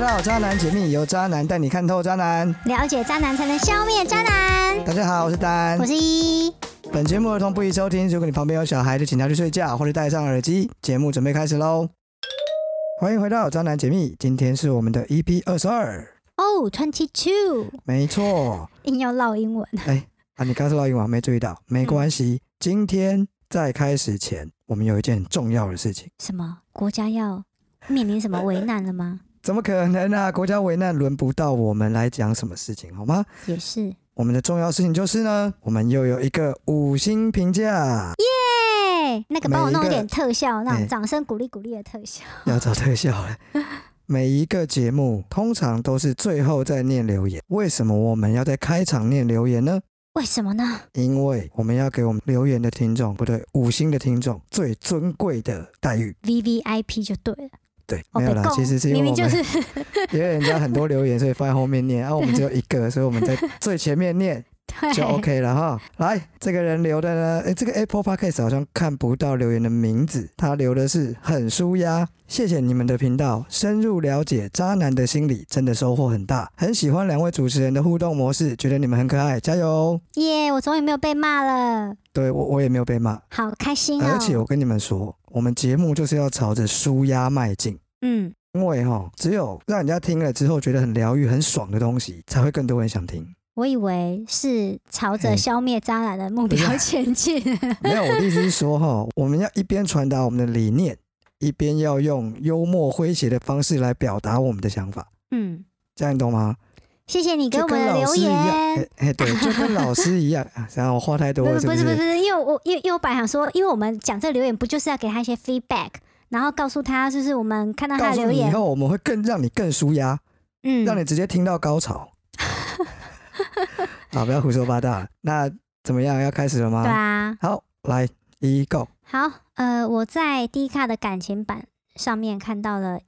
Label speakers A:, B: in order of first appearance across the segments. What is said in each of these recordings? A: 到《渣男解密》，由渣男带你看透渣男。
B: 了解渣男才能消灭渣男。
A: 大家好，我是丹
B: 我。是一，
A: 本节目儿童不宜收听，如果你旁边有小孩，就请他去睡觉或者戴上耳机。节目准备开始喽！欢迎回到《渣男解密》，今天是我们的 EP 二十二，
B: 哦，twenty two，
A: 没错。
B: 硬要唠英文。
A: 啊，你刚说到英文我没注意到，没关系。今天在开始前，我们有一件很重要的事情。
B: 什么？国家要面临什么危难了吗？
A: 怎么可能啊？国家危难轮不到我们来讲什么事情，好吗？
B: 也是，耶、
A: 我们的重要事情就是呢，我们又有一个五星评价，
B: 那个帮我弄
A: 每一个
B: 一点特效，那
A: 哎
B: 种掌声鼓励鼓励的特效。
A: 要找特效了。每一个节目通常都是最后再念留言，为什么我们要在开场念留言呢？
B: 为什么呢？
A: 因为我们要给我们留言的听众，不对，五星的听众最尊贵的待遇。
B: V V I P 就对了，
A: 对，
B: 哦，
A: 没有
B: 被
A: 啦，
B: 供
A: 其实是因
B: 明
A: 为
B: 明
A: 我
B: 就
A: 们
B: 是
A: 因为人家很多留言，所以放在后面念，啊然、后我们只有一个，所以我们在最前面念
B: 对
A: 就 OK 了哈。来，这个人留的呢，诶，这个 Apple Podcast 好像看不到留言的名字，他留的是很舒压，谢谢你们的频道，深入了解渣男的心理，真的收获很大，很喜欢两位主持人的互动模式，觉得你们很可爱，加油！
B: 耶我终于没有被骂了，
A: 对我我也没有被骂，
B: 好开心哦。
A: 而且我跟你们说，我们节目就是要朝着舒压迈进。
B: 嗯，
A: 因为哈、只有让人家听了之后觉得很疗愈、很爽的东西，才会更多人想听。
B: 我以为是朝着
A: 嘿
B: 消灭渣男的目标前进。
A: 没有，我的意思是说哈、我们要一边传达我们的理念，一边要用幽默诙谐的方式来表达我们的想法，
B: 嗯，
A: 这样你懂吗？
B: 谢谢你给
A: 就
B: 我们
A: 跟
B: 的
A: 老
B: 留
A: 师一样，
B: 言
A: 哎。哎，对，就跟老师一样。 啊然后我话太多
B: 不
A: 了，
B: 是
A: 不
B: 不是不是不
A: 是？
B: 是，因为我因为因为我本来想说，因为我们讲这个留言不就是要给他一些 feedback，然后告诉他就是我们看到
A: 告
B: 他的
A: 诉
B: 留
A: 你以
B: 言，
A: 后，我们会更让你更舒压，
B: 嗯，
A: 让你直接听到高 潮。好，不要胡说八道了。那怎么样？要开始了
B: 对
A: 吗？
B: 啊。
A: 好，来，一 go。
B: 好，呃，我在 D 卡的感情版上面看到了，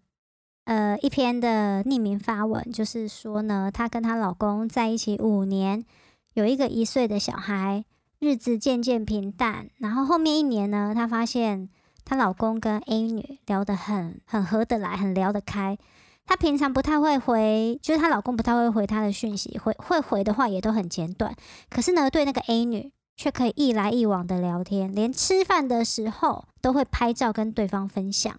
B: 呃，一篇的匿名发文，就是说呢，她跟她老公在一起五年，有一个一岁的小孩，日子渐渐平淡。然后后面一年呢，她发现她老公跟 A 女聊得很很合得来，很聊得开。她平常不太会回，就是她老公不太会回她的讯息，回会回的话也都很简短。可是呢，对那个 A 女却可以一来一往的聊天，连吃饭的时候都会拍照跟对方分享。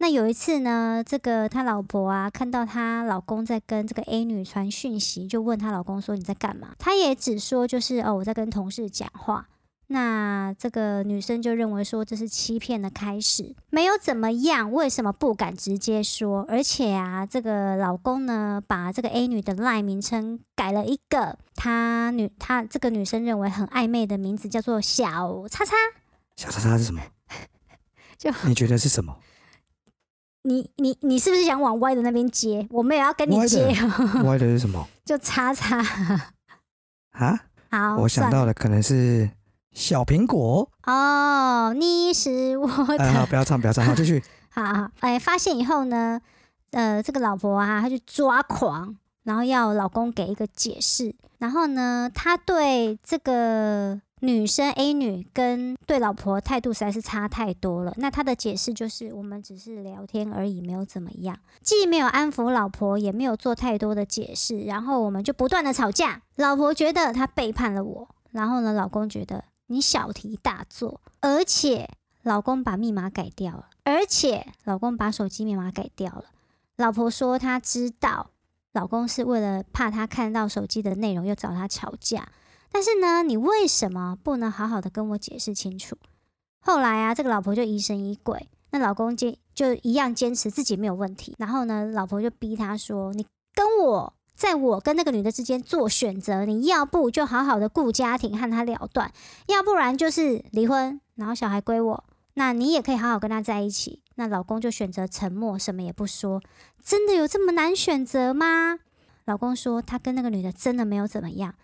B: 那有一次呢，这个她老婆啊，看到她老公在跟这个 A 女传讯息，就问她老公说：“你在干嘛？”她也只说就是哦，我在跟同事讲话。那这个女生就认为说这是欺骗的开始，没有怎么样，为什么不敢直接说？而且啊，这个老公呢，把这个 A 女的赖名称改了一个，她女她这个女生认为很暧昧的名字叫做小叉叉。？
A: 小叉叉是什么
B: 就
A: 你觉得是什么？
B: 你你你是不是想往歪的那边接？我没有要跟你
A: 歪的
B: 接哦，
A: 歪的是什么
B: 就叉叉。
A: 啊？
B: 好，
A: 我想
B: 哦算了
A: 到的可能是小苹果。
B: 哦，你是我的。
A: 哎，好，不要唱，不要唱， 好，继续。
B: 好好，哎，发现以后呢，呃，这个老婆啊，她就抓狂，然后要老公给一个解释。然后呢，她对这个女生 A 女跟对老婆态度实在是差太多了。那她的解释就是，我们只是聊天而已，没有怎么样，既没有安抚老婆，也没有做太多的解释。然后我们就不断的吵架，老婆觉得她背叛了我，然后呢，老公觉得你小题大做，而且老公把密码改掉了，而且老公把手机密码改掉了。老婆说她知道，老公是为了怕她看到手机的内容又找她吵架。但是呢，你为什么不能好好的跟我解释清楚？后来啊，这个老婆就疑神疑鬼，那老公坚就一样坚持自己没有问题。然后呢，老婆就逼他说：“你跟我在我跟那个女的之间做选择，你要不就好好的顾家庭和她了断，要不然就是离婚，然后小孩归我。”那你也可以好好跟他在一起。那老公就选择沉默，什么也不说。真的有这么难选择吗？老公说他跟那个女的真的没有怎么样，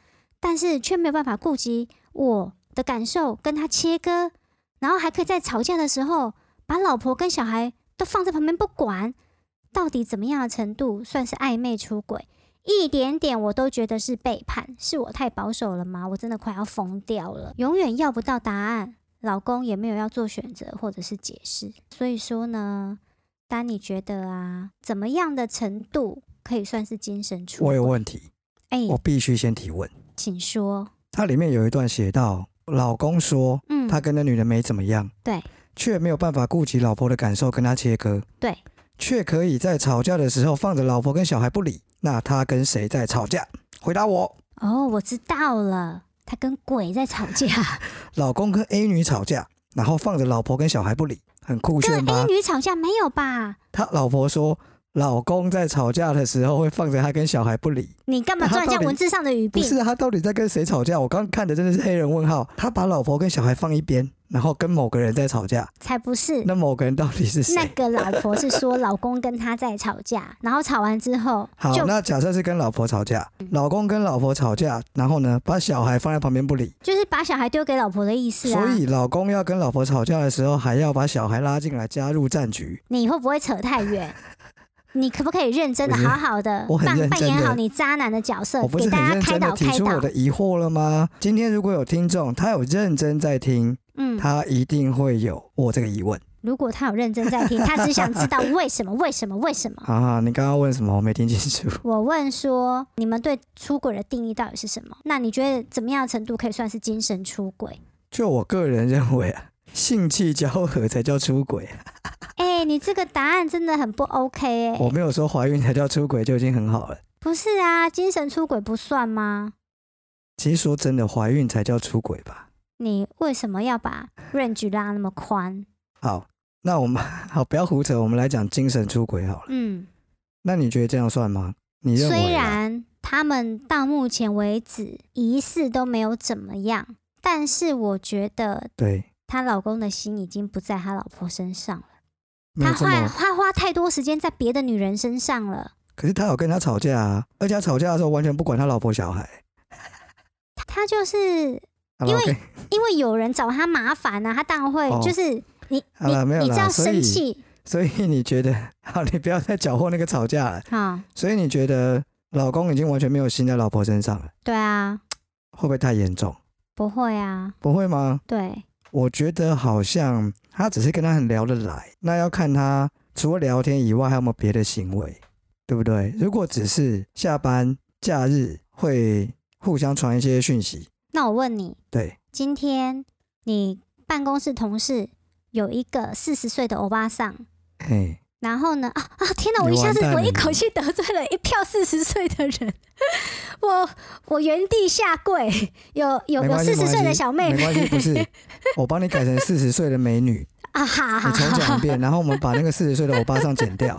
B: 但是却没有办法顾及我的感受，跟他切割，然后还可以在吵架的时候把老婆跟小孩都放在旁边不管。到底怎么样的程度算是暧昧出轨？一点点我都觉得是背叛，是我太保守了吗？我真的快要疯掉了，永远要不到答案。老公也没有要做选择或者是解释。所以说呢，当你觉得啊，怎么样的程度可以算是精神出
A: 我有
B: 轨？
A: 问题，
B: 哎、
A: 我必须先提问。
B: 请说。
A: 它里面有一段写到，老公说
B: 嗯，
A: 他跟那女人没怎么样，
B: 对，
A: 却没有办法顾及老婆的感受，跟她切割，
B: 对，
A: 却可以在吵架的时候放着老婆跟小孩不理。那他跟谁在吵架？回答我，
B: 哦，我知道了，他跟鬼在吵架，
A: 老公跟 A 女吵架，然后放着老婆跟小孩 不理，很酷炫
B: 跟 A
A: 吧？
B: 女吵架没有吧？
A: 他老婆说，老公在吵架的时候会放着他跟小孩不理，
B: 你干嘛
A: 那他
B: 钻人家
A: 到底
B: 文字上的语
A: 不
B: 病？
A: 是啊他到底在跟谁吵架？我刚看的真的是黑人问号。他把老婆跟小孩放一边，然后跟某个人在吵架，
B: 才不是。
A: 那某个人到底是谁？
B: 那个老婆是说老公跟她在吵架，然后吵完之后
A: 好，
B: 就嗯
A: 那假设是跟老婆吵架，老公跟老婆吵架，然后呢，把小孩放在旁边不理，
B: 就是把小孩丢给老婆的意思啊
A: 所。以老公要跟老婆吵架的时候，还要把小孩拉进来加入战局。
B: 你会不会扯太远？你可不可以认真的、
A: 我觉得
B: 好好的
A: 我很
B: 扮
A: 认
B: 扮
A: 真
B: 演
A: 地
B: 好你渣男的角色
A: 我，不
B: 给
A: 是很
B: 大家
A: 认
B: 开
A: 真的
B: 导
A: 提
B: 开
A: 出我
B: 导
A: 的？疑惑了吗？今天如果有听众他有认真在听，
B: 嗯，
A: 他一定会有我这个疑问
B: 如果他有认真在听，他只想知道为什么？为什么？为什么？
A: 啊！你刚刚问什么？我没听清楚。
B: 我问说，你们对出轨的定义到底是什么？那你觉得怎么样的程度可以算是精神出轨？
A: 就我个人认为啊，性气交合才叫出轨，啊
B: 哎、你这个答案真的很不 OK 哎、
A: 我没有说怀孕才叫出轨就已经很好了。
B: 不是啊，精神出轨不算吗？
A: 其实说真的，怀孕才叫出轨吧。
B: 你为什么要把 range 拉那么宽？
A: 好，那我们 好不要胡扯，我们来讲精神出轨好了。
B: 嗯，
A: 那你觉得这样算吗？你认为啊？
B: 虽然他们到目前为止疑似都没有怎么样，但是我觉得
A: 对，
B: 她老公的心已经不在她老婆身上了，
A: 没有
B: 他
A: 这
B: 花
A: 么，
B: 他花太多时间在别的女人身上了。
A: 可是他有跟他吵架啊，而且他吵架的时候完全不管他老婆小孩。
B: 他就是
A: 好了
B: 因为
A: OK
B: 因为有人找他麻烦呐、啊，他当然会
A: 哦
B: 就是你、
A: 好了没有
B: 你
A: 啦
B: 你知道
A: 所
B: 生
A: 以
B: 气
A: 所以你觉得，好，你不要再搅和那个吵架了。
B: 啊、
A: 所以你觉得老公已经完全没有心在老婆身上了，
B: 对啊，
A: 会不会太严重？
B: 不会啊，
A: 不会吗？
B: 对，
A: 我觉得好像他只是跟他很聊得来，那要看他除了聊天以外还有没有别的行为，对不对？如果只是下班、假日会互相传一些讯息，
B: 那我问你，
A: 对，
B: 今天你办公室同事有一个四十岁的欧巴桑，
A: 嘿，
B: 然后呢，啊啊！天哪，
A: 你
B: 我一下子
A: 完蛋
B: 我
A: 了
B: 一口气得罪了一票四十岁的人， 我我原地下跪，有有
A: 没
B: 有
A: 关系
B: 四十
A: 没
B: 岁的
A: 关系
B: 小妹
A: 没关系，
B: 妹
A: 不 是，我帮你改成四十岁的美女，
B: 啊，哈
A: 你
B: 哈
A: 重讲
B: 哈
A: 一遍，然后我们把那个四十岁的欧巴桑剪 掉。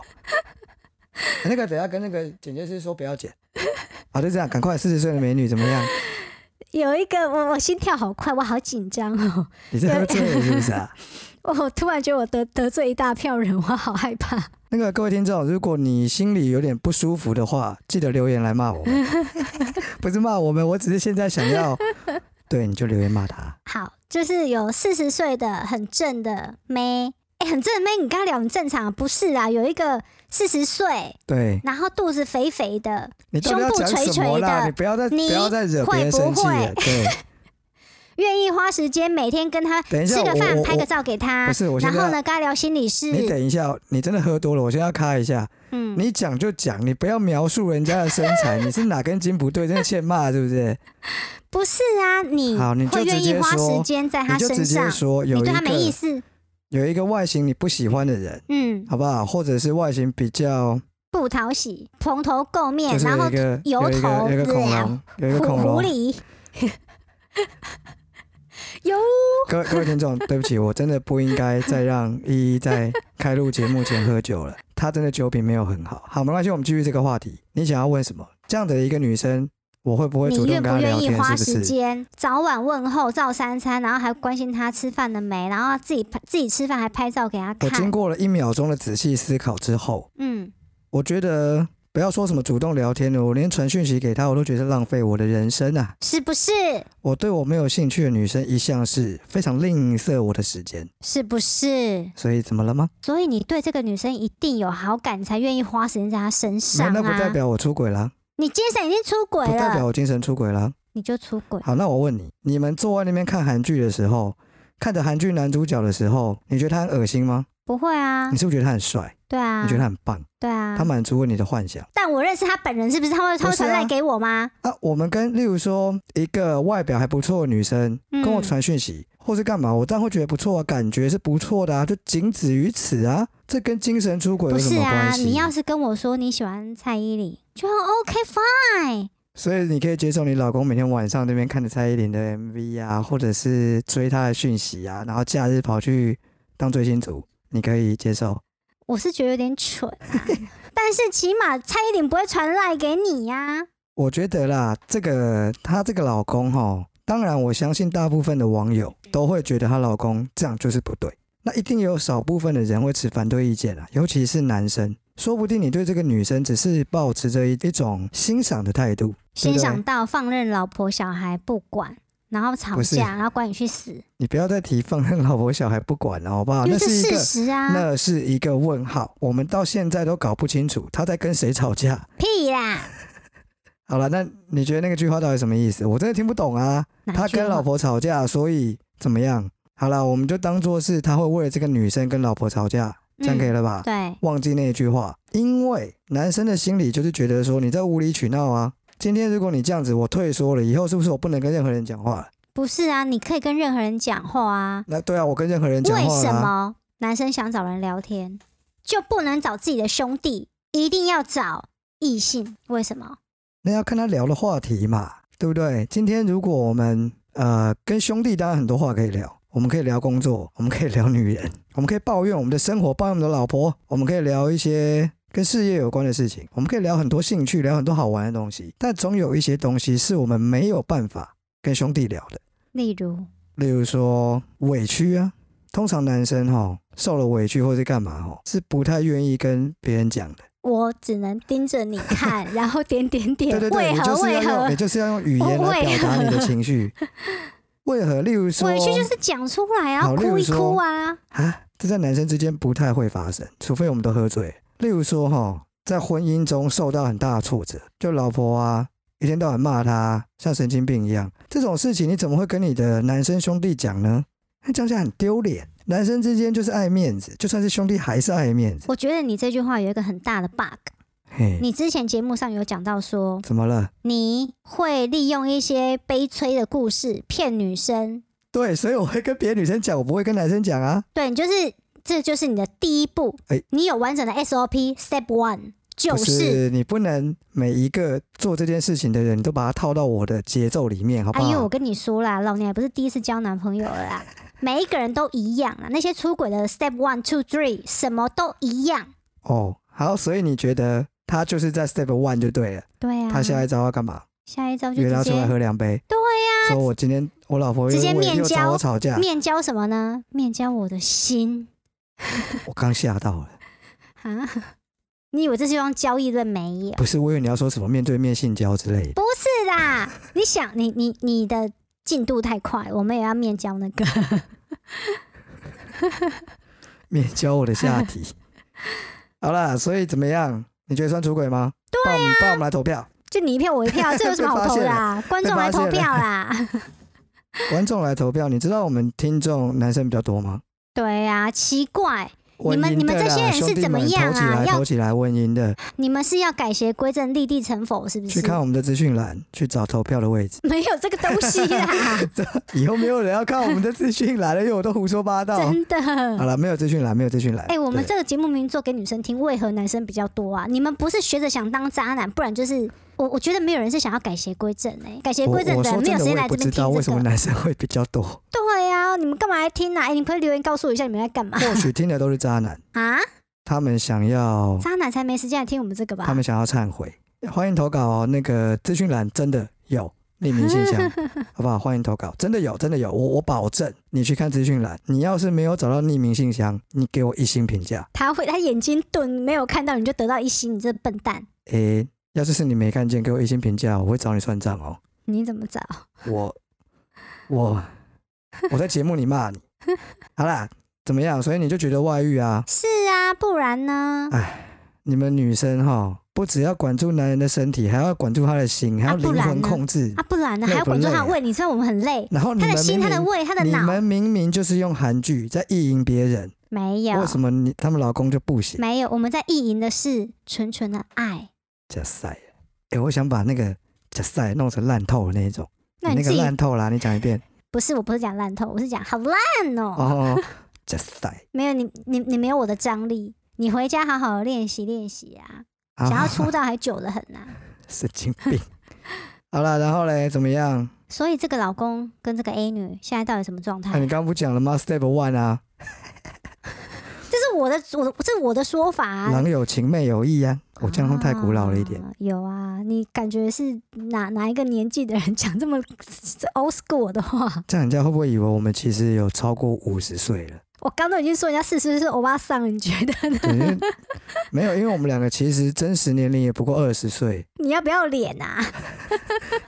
A: 那个等一下跟那个剪接师说不要剪，好，就这样，赶快四十岁的美女怎么样？
B: 有一个我我心跳好快，我好紧张哦，
A: 你这喝醉了是不是啊？
B: 我突然觉得我得得罪一大票人，我好害怕。
A: 那个各位听众，如果你心里有点不舒服的话，记得留言来骂我们， 不是骂我们，我只是现在想要，对，你就留言骂他。
B: 好，就是有四十岁的很正的妹，哎、很正的妹，你跟她聊很正常，不是啦，有一个四十岁，
A: 对
B: 然后肚子肥肥的，
A: 你到底要讲什么啦？你
B: 胸部垂垂的
A: 不要再不
B: 你
A: 要再惹别人生气
B: 会
A: 了。对，
B: 愿意花时间每天跟她
A: 等一下
B: 吃个
A: 我
B: 饭
A: 我
B: 拍个
A: 我
B: 照给他
A: 不，是我现
B: 然后
A: 在
B: 呢，跟他聊心理
A: 你
B: 事。
A: 等一下，哦你真的喝多了，我先要咔一下。
B: 嗯，
A: 你讲就讲，你不要描述人家的身材，你是哪根筋不对，真的欠骂，对不对？
B: 不是啊，你
A: 好你就
B: 会愿
A: 直
B: 意
A: 接
B: 花
A: 说
B: 时间在
A: 你
B: 他
A: 就
B: 身
A: 直接
B: 上，
A: 说有
B: 你
A: 一
B: 对
A: 个
B: 他没意思。
A: 有一个外形你不喜欢的人，
B: 嗯，
A: 好不好？或者是外形比较
B: 不讨喜，蓬头垢面
A: 就，是
B: 然
A: 有
B: 后
A: 一个
B: 油
A: 有一个
B: 头
A: 有一个恐
B: 俩
A: 龙，有一个恐
B: 狐狐
A: 龙。
B: 狸。 有
A: 各位各位听众，对不起，我真的不应该再 让依依在开录节目前喝酒了。她真的酒品没有很好。好，没关系，我们继续这个话题。你想要问什么？这样的一个女生，我会不会主
B: 你
A: 动
B: 愿
A: 跟
B: 不
A: 她聊
B: 愿意
A: 天？
B: 花
A: 是
B: 时
A: 不是？
B: 间早晚问候、照三餐，然后还关心他吃饭了没，然后自己拍自己吃饭还拍照给他
A: 我经
B: 看。
A: 过了一秒钟的仔细思考之后，
B: 嗯，
A: 我觉得不要说什么主动聊天了，我连传讯息给她，我都觉得浪费我的人生啊！
B: 是不是？
A: 我对我没有兴趣的女生一向是非常吝啬我的时间，
B: 是不是？
A: 所以怎么了吗？
B: 所以你对这个女生一定有好感，你才愿意花时间在她身
A: 没有
B: 上
A: 那不代
B: 啊！
A: 表我出轨啦，
B: 你精神已经出轨
A: 不代表
B: 了，
A: 我精神出轨啦。
B: 你就出轨。
A: 好，那我问你，你们坐在那边看韩剧的时候，看着韩剧男主角的时候，你觉得他很恶心吗？
B: 不会啊
A: 你，是不是觉得他很帅？
B: 对啊
A: 你觉，得他很棒？
B: 对啊
A: 他。满足了你的幻想。
B: 但我认识他本人是不是？他会他
A: 不
B: 会
A: 是啊
B: 传赖给我吗？
A: 啊，我们跟例如说一个外表还不错的女生
B: 嗯
A: 跟我传讯息，或是干嘛，我当然会觉得不错啊，感觉是不错的啊，就仅止于此啊，这跟精神出轨有
B: 不
A: 什
B: 是
A: 么
B: 啊
A: 关，系？
B: 你要是跟我说你喜欢蔡依林，就很 OK fine。
A: 所以你可以接受你老公每天晚上那边看着蔡依林的 MV 啊，或者是追她的讯息啊，然后假日跑去当追星族，你可以接受。
B: 我是觉得有点蠢、啊，但是起码蔡依林不会传赖给你呀、
A: 我觉得啦，这个她这个老公哈，当然我相信大部分的网友都会觉得她老公这样就是不对。那一定有少部分的人会持反对意见啦，尤其是男生，说不定你对这个女生只是保持着一一种欣赏的态度，对
B: 欣
A: 不对
B: 赏到放任老婆小孩不管，然后吵
A: 不是
B: 架，然后管你去死，
A: 你不要再提放任老婆小孩不管了，好不好？
B: 因
A: 那
B: 为这
A: 是一
B: 事
A: 个
B: 实啊，
A: 那是一个问号，我们到现在都搞不清楚他在跟谁吵架。
B: 屁啦！
A: 好了，那你觉得那个句话到底什么意思？我真的听不懂啊。
B: 哪
A: 他
B: 一句
A: 跟老
B: 话
A: 婆吵架，所以怎么样？好了，我们就当做是他会为了这个女生跟老婆吵架，这
B: 嗯
A: 样可以了吧？
B: 对，
A: 忘记那句话，因为男生的心理就是觉得说你在无理取闹啊。今天如果你这样子，我退缩了，以后是不是我不能跟任何人讲话了？
B: 不是啊，你可以跟任何人讲话啊，
A: 那对啊，我跟任何人讲
B: 为
A: 话啊啦、
B: 什么男生想找人聊天就不能找自己的兄弟，一定要找异性？为什么？
A: 那要看他聊的话题嘛，对不对？今天如果我们呃跟兄弟，当然很多话可以聊，我们可以聊工作，我们可以聊女人，我们可以抱怨我们的生活，抱怨我们的老婆，我们可以聊一些跟事业有关的事情，我们可以聊很多兴趣，聊很多好玩的东西。但总有一些东西是我们没有办法跟兄弟聊的，
B: 例如，
A: 例如说委屈啊。通常男生哈、受了委屈或是干嘛哈、是不太愿意跟别人讲的。
B: 我只能盯着你 看，然后点点点，
A: 对对对，
B: 为
A: 你就
B: 何
A: 是要
B: 为何
A: 用，你？就是要用语言来表达你的情绪。为何？例如说，
B: 委屈就是讲出来，然
A: 好
B: 后
A: 例如
B: 哭一
A: 说
B: 哭啊。
A: 啊，这在男生之间不太会发生，除非我们都喝醉。例如说，哈，在婚姻中受到很大的挫折，就老婆啊，一天到晚骂他，像神经病一样，这种事情你怎么会跟你的男生兄弟讲呢？那讲起来很丢脸。男生之间就是爱面子，就算是兄弟还是爱面子。
B: 我觉得你这句话有一个很大的 bug。
A: 嗯嘿，
B: 你之前节目上有讲到说，
A: 怎么了？
B: 你会利用一些悲催的故事骗女生，
A: 对，所以我会跟别的女生讲，我不会跟男生讲啊。
B: 对，你就是这就是你的第一步。
A: 哎
B: 你有完整的 SOP step one，就
A: 不
B: 是
A: 你不能每一个做这件事情的人都把它套到我的节奏里面，好不
B: 哎呦，
A: 好？
B: 我跟你说啦，老娘也不是第一次交男朋友了啦，每一个人都一样啊啦。那些出轨的 step one two three 什么都一样。
A: 哦，好，所以你觉得他就是在 step one 就对了，
B: 对啊，
A: 他下一招要干嘛？
B: 下一招就
A: 约他
B: 直
A: 出来
B: 接
A: 喝两杯。
B: 对
A: 呀、说我今天我老婆
B: 直
A: 又
B: 接
A: 为
B: 面
A: 又找
B: 交
A: 我吵架，
B: 面交什么呢？面交我的心
A: 我刚吓到了。
B: 啊！ 你以为这是用交易论没有？
A: 不是，我以为你要说什么面对面性交之类的。
B: 不是啦，你想你你你的进度太快，我们也要面交那个。
A: 面交我的下 体。好啦，所以怎么样？你觉得算出轨吗？对、帮
B: 啊
A: 我们帮我们来投票，
B: 就你一票我一 票，这有什么好投的、啊？观众来投票啦。
A: 观众来投票。你知道我们听众男生比较多吗？
B: 对啊，奇怪，
A: 我
B: 你们
A: 赢
B: 你们
A: 的
B: 这些
A: 啦
B: 人是
A: 兄弟
B: 怎么
A: 们
B: 样
A: 投起
B: 啊
A: 来，
B: 要
A: 投起来，我赢的。
B: 你们是要改邪归正、立地成佛，是不
A: 去
B: 是？
A: 看我们的资讯栏，去找投票的位置。
B: 没有这个东西 啦，
A: 以后没有人要看我们的资讯栏了， 哎因为我都胡说八道。
B: 真的
A: 好。了，没有资讯栏，没有资讯栏。
B: 哎、我们
A: 对
B: 这个节目明明做给女生听，为何男生比较多啊？你们不是学着想当渣男，不然就是我，我觉得没有人是想要改邪归正哎、改邪
A: 我
B: 归正
A: 我
B: 的
A: 说
B: 人没有
A: 真
B: 时
A: 的，我
B: 间来
A: 也不
B: 这边
A: 知道
B: 听
A: 为
B: 这
A: 什么
B: 个。
A: 男生会比较 多，
B: 对呀、你们干嘛来听呢、啊？哎、你们可以留言告诉我一下你们在干嘛
A: 或许听的都是渣男，
B: 啊？
A: 他们想 要，
B: 渣男才没时间来听我们这个
A: 他
B: 吧？
A: 们想要忏悔。欢迎投稿哦，那个资讯栏真的有匿名信 箱，好不好？欢迎投稿，真的有，真的有，我我保证，你去看资讯栏，你要是没有找到匿名信箱，你给我一星评价。
B: 他会，他眼睛钝，没有看到你就得到一星，你这笨蛋，
A: 诶、要是是你没看见，给我一星评价，我会找你算账哦。
B: 你怎么找？
A: 我我我在节目里骂你， 好啦，怎么样？所以你就觉得外遇啊？
B: 是啊，不然呢？
A: 你们女生哈，不只要管住男人的身体，还要管住他的心，还要
B: 啊不
A: 灵
B: 然
A: 魂
B: 呢
A: 控制。
B: 啊，不然呢？
A: 累
B: 还要
A: 不
B: 管住他的
A: 累啊
B: 胃，你知道我们很累。
A: 然后你
B: 他
A: 们
B: 的
A: 明
B: 心、
A: 明
B: 他的胃、他的
A: 你
B: 脑，
A: 们明明就是用韩剧在意淫别人，
B: 没有
A: 为什么你他们老公就不行？
B: 没有，我们在意淫的是纯纯的爱。
A: 假赛了。哎、我想把那个假赛弄成烂透的那一种。
B: 那
A: 你
B: 你
A: 那
B: 自
A: 个
B: 己
A: 烂透啦，你讲一遍。
B: 不是，我不是讲烂透，我是讲好烂哦。
A: 哦，假赛。
B: 没有你，你你没有我的张力。你回家好好练习练习啊，
A: 啊
B: 想要出道还久得很啊呐、
A: 神经 病。好了，然后嘞，怎么样？
B: 所以这个老公跟这个 A 女现在到底什么状态
A: 那、？啊你刚不讲了吗？Step One 啊，
B: 这是我的，我的，这是我的说法、啊。
A: 郎有情妹有意啊。我、哦、这样好像太古老了一点。
B: 啊有啊，你感觉是哪哪一个年纪的人讲这么 old school 的话？
A: 这样人家会不会以为我们其实有超过五十岁 了？
B: 我刚都已经说人家四十岁是欧巴桑，你觉得呢？
A: 对，因为没有，因为我们两个其实真实年龄也不过二十岁，
B: 你要不要脸啊？
A: 嗯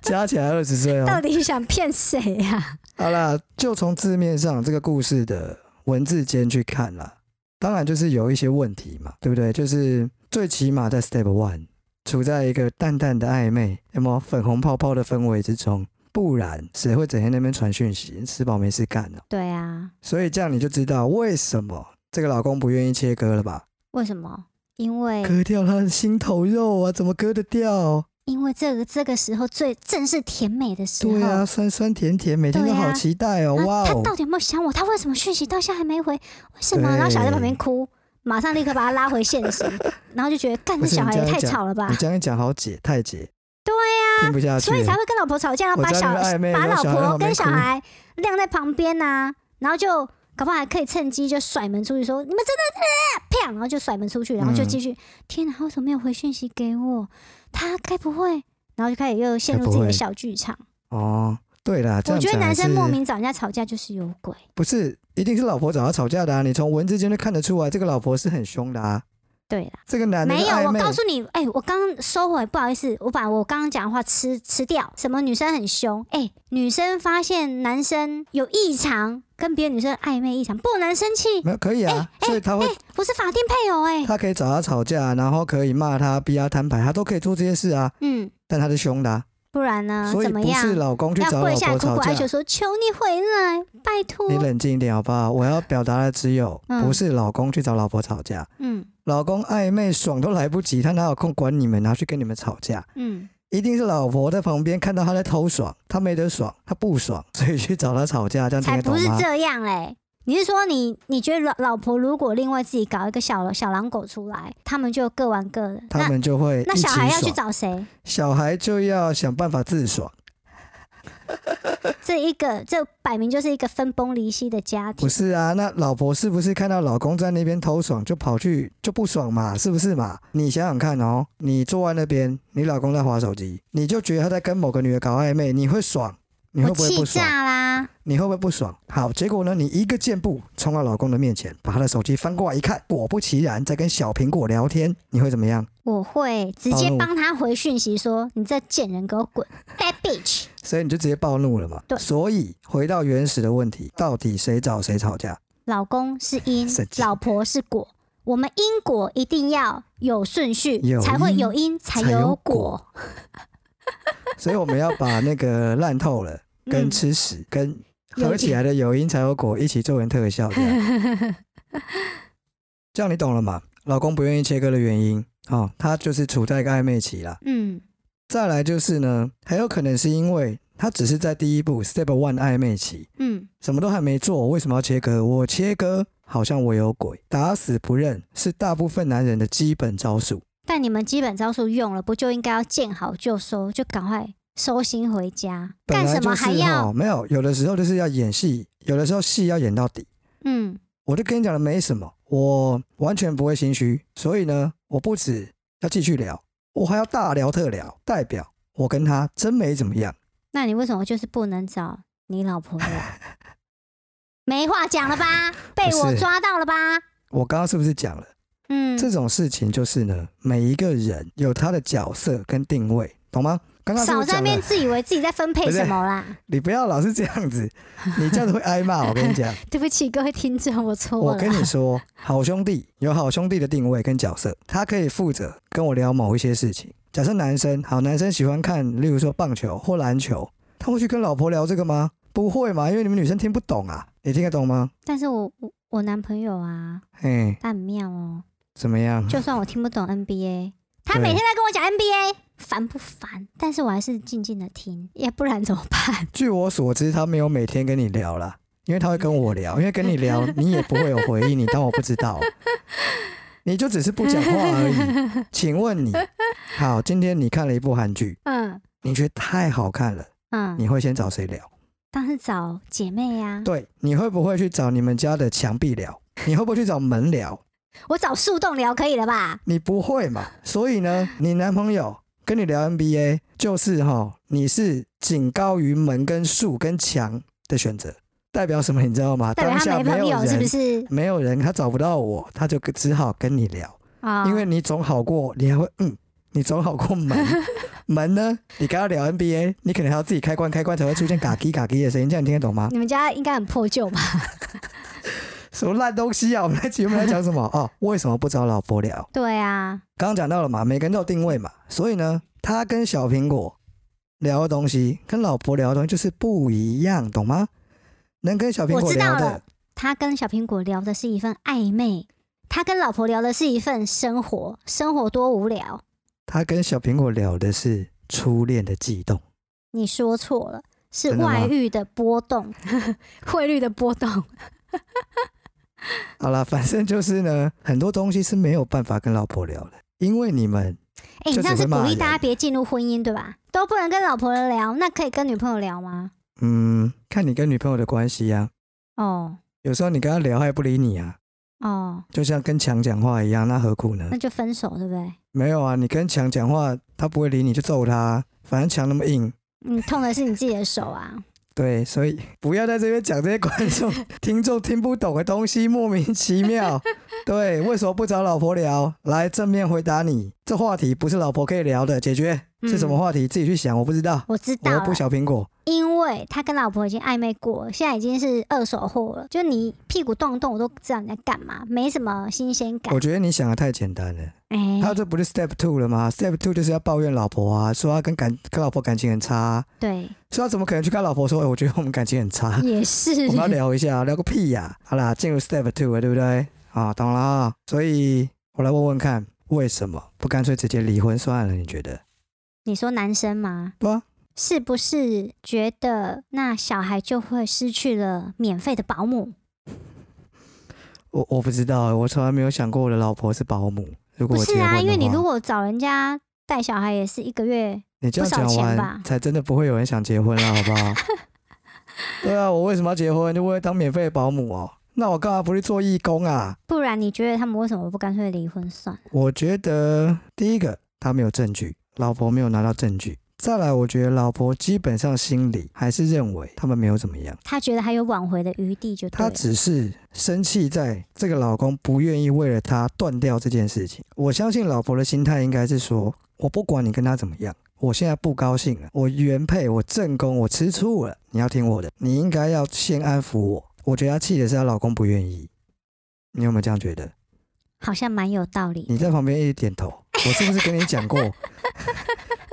A: 加起来二十岁
B: 到
A: 哦。
B: 底想骗谁啊呀？
A: 好啦，就从字面上这个故事的文字间去看啦，当然就是有一些问题嘛，对不对？就是最起码在 Step One 处在一个淡淡的暧昧，那么粉红泡泡的氛围之中，不然谁会整天那边传讯息，吃饱没事干呢、
B: 对啊，
A: 所以这样你就知道为什么这个老公不愿意切割了吧？
B: 为什么？因为
A: 割掉他的心头肉啊，怎么割得掉？
B: 因为这个这个时候最正是甜美的时候。
A: 对啊，酸酸甜甜，每天都
B: 对啊
A: 好期待哦！
B: 那
A: 哇
B: 他
A: 哦，
B: 到底有没有想我？他为什么讯息到现在还没回？为什么？然后小孩在旁边哭，马上立刻把他拉回现实， 然后就觉得干
A: 不
B: 这
A: 是
B: 小孩
A: 你这
B: 也
A: 样
B: 太
A: 讲
B: 吵了吧
A: 你？这样一讲好解太解，
B: 啊对啊
A: 呀、听不下去
B: 所
A: 了，
B: 以才会跟老婆吵架，然后
A: 我
B: 把
A: 知道
B: 小
A: 那个暧昧
B: 把
A: 然
B: 老
A: 后小孩在
B: 婆
A: 旁边
B: 跟小
A: 哭
B: 孩晾在旁边呐、然后就搞不好还可以趁机就甩门出去说你们真的、呃、啪，然后就甩门出
A: 嗯
B: 去，然后就继续、天哪，他为什么没有回讯息给我？他该不会？然后就开始又陷
A: 该
B: 入
A: 不
B: 自己
A: 会
B: 的小剧场。
A: 哦，对啦，这
B: 我
A: 样
B: 觉得
A: 讲
B: 男生
A: 是
B: 莫名找人家吵架就是有鬼。
A: 不是，一定是老婆找他吵架的啊！你从文字间就看得出啊来，这个老婆是很凶的啊。
B: 对啦，
A: 这个男的
B: 没有，
A: 暧
B: 我
A: 昧
B: 告诉你，哎、我刚刚收回，不好意思，我把我刚刚讲的话吃吃掉。什么女生很凶？哎、女生发现男生有异常，跟别的女生暧昧异常，不能生气。
A: 没有可以啊，所以他会、
B: 我是法定配偶哎、
A: 他可以找他吵架，然后可以骂他、逼他摊牌，他都可以做这些事啊。
B: 嗯，
A: 但他是凶的、啊，
B: 不然呢？
A: 所以
B: 怎么
A: 不
B: 样
A: 是？老公去
B: 要
A: 找
B: 跪
A: 老
B: 下
A: 婆
B: 苦
A: 吵
B: 苦
A: 架
B: 哀，求说：“求你回来，拜托。
A: 你冷静一点好不好？我要表达的只有，
B: 嗯
A: 不是老公去找老婆吵架，”
B: 嗯
A: 老公暧昧爽都来不及，他哪有空管你们，拿去跟你们吵架？
B: 嗯，
A: 一定是老婆在旁边看到他在偷爽，他没得爽，他不爽，所以去找他吵架，这样听
B: 才
A: 得
B: 不
A: 懂
B: 是
A: 吗？
B: 这样嘞、你是说你你觉得老老婆如果另外自己搞一个小小狼狗出来，他们就各玩各的。
A: 他
B: 那
A: 们就会
B: 那
A: 一起
B: 小孩要去
A: 爽，
B: 找谁？
A: 小孩就要想办法自爽，
B: 这一个这摆明就是一个分崩离析的家
A: 不
B: 庭。
A: 是啊？那老婆是不是看到老公在那边偷爽就跑去就不爽嘛？是不是嘛？你想想看哦，你坐在那边，你老公在划手机，你就觉得他在跟某个女的搞暧昧，你会爽，你会
B: 我
A: 不会
B: 气
A: 不爽？
B: 炸啦！
A: 你会不会不爽？好，结果呢，你一个箭步冲到老公的面前，把他的手机翻过来一看，果不其然，在跟小苹果聊天，你会怎么样？
B: 我会直
A: 暴
B: 接
A: 怒
B: 帮他回讯息说：“你这贱人，给我 滚！”That bitch。
A: 所以你就直接暴怒了嘛。
B: 对
A: 所以回到原始的问题，到底谁找谁吵 架？
B: 老公是因
A: 神，经
B: 老婆是果。我们因果一定要有顺序
A: 有，
B: 才会
A: 因
B: 有因，才
A: 才有
B: 有
A: 果
B: 果。
A: 所以我们要把那个烂透了跟
B: 嗯
A: 吃屎、跟合起来的有因才有果一起做成特效这样， 这样你懂了吗？老公不愿意切割的原因，哦，他就是处在一个暧昧期啦。
B: 嗯，
A: 再来就是呢，很有可能是因为他只是在第一步 step one 暧昧期，
B: 嗯，
A: 什么都还没做，我为什么要切割？我切割好像我有鬼，打死不认是大部分男人的基本招数。
B: 但你们基本招数用了，不就应该要见好就收，就赶快收心回家？
A: 本
B: 干
A: 来
B: 什
A: 就
B: 么
A: 是
B: 还
A: 齁
B: 要？
A: 没有，有的时候就是要演戏，有的时候戏要演到底。
B: 嗯，
A: 我就跟你讲了，没什么，我完全不会心虚，所以呢，我不止要继续聊，我还要大聊特聊，代表我跟他真没怎么样。
B: 那你为什么就是不能找你老婆呀？没话讲了吧？被
A: 不
B: 我
A: 是
B: 抓到了吧？
A: 我刚刚是不是讲了？
B: 嗯，
A: 这种事情就是呢，每一个人有他的角色跟定位，懂吗？刚刚是
B: 少
A: 我
B: 在那
A: 讲
B: 边
A: 了，
B: 自以为自己在分配
A: 不是
B: 什么啦？
A: 你不要老是这样 子，你这样子会挨骂。我跟你讲，
B: 对不起，各位听众， 我错
A: 我
B: 了。
A: 跟你说，好兄弟有好兄弟的定位跟角色，他可以负责跟我聊某一些事情。假设男生好，男生喜欢看，例如说棒球或篮球，他会去跟老婆聊这个吗？不会嘛，因为你们女生听不懂啊。你听得懂吗？
B: 但是我我我男朋友啊，
A: 哎，
B: 他很妙哦。
A: 怎么样？
B: 就算我听不懂 NBA，他每天在跟我讲 NBA，烦不烦？但是我还是静静的听，要不然怎么办？
A: 据我所知，他没有每天跟你聊啦，因为他会跟我聊，因为跟你聊你也不会有回应，你当我不知道，你就只是不讲话而已。请问你，好，今天你看了一部韩剧，
B: 嗯
A: 你觉得太好看了，
B: 嗯，
A: 你会先找谁聊？
B: 当然是找姐妹啊呀、
A: 对，你会不会去找你们家的墙壁聊？你会不会去找门聊？
B: 我找树洞聊可以了吧？
A: 你不会嘛？所以呢，你男朋友跟你聊 NBA，就是哈，你是仅高于门跟树跟墙的选择，代表什么？你知道吗？
B: 代表
A: 当
B: 他
A: 下
B: 没
A: 没
B: 朋
A: 有
B: 友
A: 人，
B: 是不是？
A: 没有人，他找不到我，他就只好跟你聊，
B: 啊、
A: 因为你总好过，你还会嗯，你总好过 门。门呢？你跟他聊 NBA，你可能还要自己开关，开关才会出现嘎叽嘎叽的声音，这样你听得懂吗？
B: 你们家应该很破旧吧？
A: 什么烂东西啊！我们来节目来讲什么？哦，为什么不找老婆聊？
B: 对啊，
A: 刚刚讲到了嘛，每个人都有定位嘛，所以呢，他跟小苹果聊的东西，跟老婆聊的东西就是不一样，懂吗？能跟小苹
B: 我
A: 果
B: 知道
A: 聊
B: 了
A: 的，。
B: 他跟小苹果聊的是一份暧昧，他跟老婆聊的是一份生活，生活多无聊。
A: 他跟小苹果聊的是初恋的悸动。
B: 你说错了，是
A: 真的吗
B: 外遇的波动， 汇率的波动。
A: 好啦， 反正就是呢，很多东西是没有办法跟老婆聊的，因为你们
B: 哎、你
A: 就
B: 这样
A: 只
B: 是
A: 会骂
B: 鼓励
A: 人
B: 大家别进入婚姻，对吧？都不能跟老婆聊，那可以跟女朋友聊吗？
A: 嗯，看你跟女朋友的关系呀、
B: 哦
A: 有时候你跟她聊，她也不理你啊，
B: 哦，
A: 就像跟墙讲话一样，那何苦呢
B: 那？就分手，对不对？
A: 没有啊，你跟墙讲话，她不会理你就揍她啊，反正墙那么硬，
B: 你痛的是你自己的手啊！
A: 对，所以不要在这边讲这些观众、 听众听不懂的东西，莫名其妙。对，为什么不找老婆聊？来正面回答你，这话题不是老婆可以聊的，解决是什么话题，自己去想，我不嗯知道。
B: 我知
A: 我
B: 道
A: 又
B: 了
A: 不，小苹果，
B: 因为他跟老婆已经暧昧过了，现在已经是二手货了。就你屁股动一动，我都知道你在干嘛，没什么新鲜感
A: 我。觉得你想的太简单了。
B: 哎、
A: 还有这不是 step two 了吗？step two 就是要抱怨老婆啊，说他跟感跟老婆感情很差、啊，
B: 对，
A: 所以他怎么可能去跟老婆说，哎我觉得我们感情很差，
B: 也是
A: 我们要聊一下，聊个屁呀、好啦，进入 step two 了，对不对？啊，懂了啊。所以我来问问看，为什么不干脆直接离婚算了？你觉得？
B: 你说男生吗？
A: 对啊，
B: 是不是觉得那小孩就会失去了免费的保姆？
A: 我我不知道，我从来没有想过我的老婆是保姆。如果
B: 不
A: 我结
B: 是
A: 婚
B: 啊，
A: 的
B: 因为你
A: 话
B: 如果找人家带小孩，也是一个月。
A: 你这样
B: 不少
A: 讲
B: 钱吧
A: 完，才真的不会有人想结婚了，好不 好？对啊，我为什么要结婚？就为了当免费的保姆哦？那我干嘛不去做义工啊？
B: 不然你觉得他们为什么不干脆离婚算了？
A: 我觉得第一个他没有证据，老婆没有拿到证据。再来，我觉得老婆基本上心里还是认为他们没有怎么样，
B: 他觉得还有挽回的余地就对
A: 她
B: 了。
A: 只是生气在这个老公不愿意为了她断掉这件事情。我相信老婆的心态应该是说，我不管你跟他怎么样，我现在不高兴了，我原配，我正宫，我吃醋了，你要听我的，你应该要先安抚我。我觉得她气的是她老公不愿意，你有没有这样觉得？
B: 好像蛮有道理。
A: 你在旁边一直点头，我是不是跟你讲过？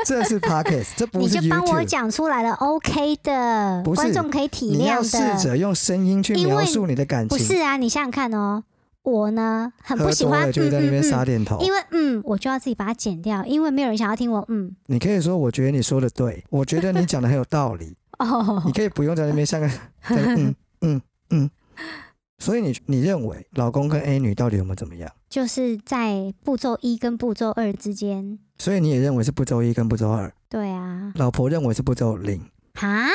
A: 这是 podcast，这不
B: 你
A: 是
B: 就帮我
A: YouTube。
B: 讲出来了，OK 的，
A: 不是
B: 观众可以体
A: 你要试
B: 谅的。
A: 着用声音去
B: 因为
A: 描述你的感
B: 不
A: 情。
B: 是啊，你想想看哦，我呢很不
A: 喝
B: 喜
A: 多
B: 欢，
A: 了
B: 嗯
A: 就会在那边
B: 嗯
A: 傻
B: 嗯，
A: 点头。
B: 因为嗯，我就要自己把它剪掉，因为没有人想要听我嗯
A: 你可以说，我觉得你说的对，我觉得你讲的很有道理。你
B: 哦，
A: 可以不用在那边像个在那 嗯嗯嗯。所以你你认为老公跟 A 女到底有没有怎么样？
B: 就是在步骤一跟步骤二之间。
A: 所以你也认为是步骤一跟步骤二，
B: 对啊，
A: 老婆认为是步骤零。
B: 哈，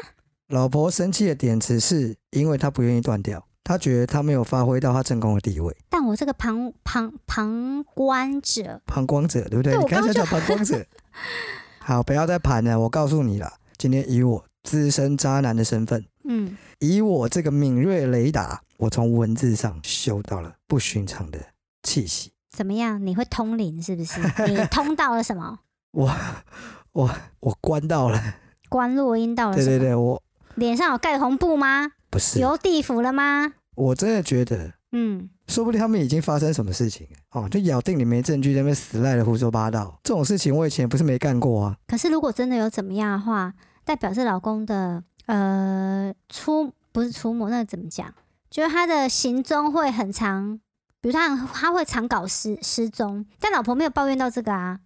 A: 老婆生气的点只是因为她不愿意断掉，她觉得她没有发挥到她正宫的地位。
B: 但我这个旁旁旁观者，
A: 旁观者，对不对？
B: 对
A: 你
B: 我
A: 刚才
B: 刚
A: 讲旁观者， 好，不要再盘了。我告诉你了，今天以我资深渣男的身份，
B: 嗯，
A: 以我这个敏锐雷达，我从文字上嗅到了不寻常的气息。
B: 怎么样？你会通灵是 不是？你通到了什么？
A: 我我我关到了，
B: 关落音到了什
A: 对
B: 么？
A: 对对，我
B: 脸上有盖红布吗？
A: 不是，
B: 有地府了吗？
A: 我真的觉得。
B: 嗯，
A: 说不定他们已经发生什么事情了哦，就咬定你没证据，在那边死赖的胡说八道。这种事情我以前不是没干过啊，
B: 可是如果真的有怎么样的话，代表是老公的呃出不是出没，那怎么讲？就是他的行踪会很长，比如他很他会常搞失失踪，但老婆没有抱怨到这个啊，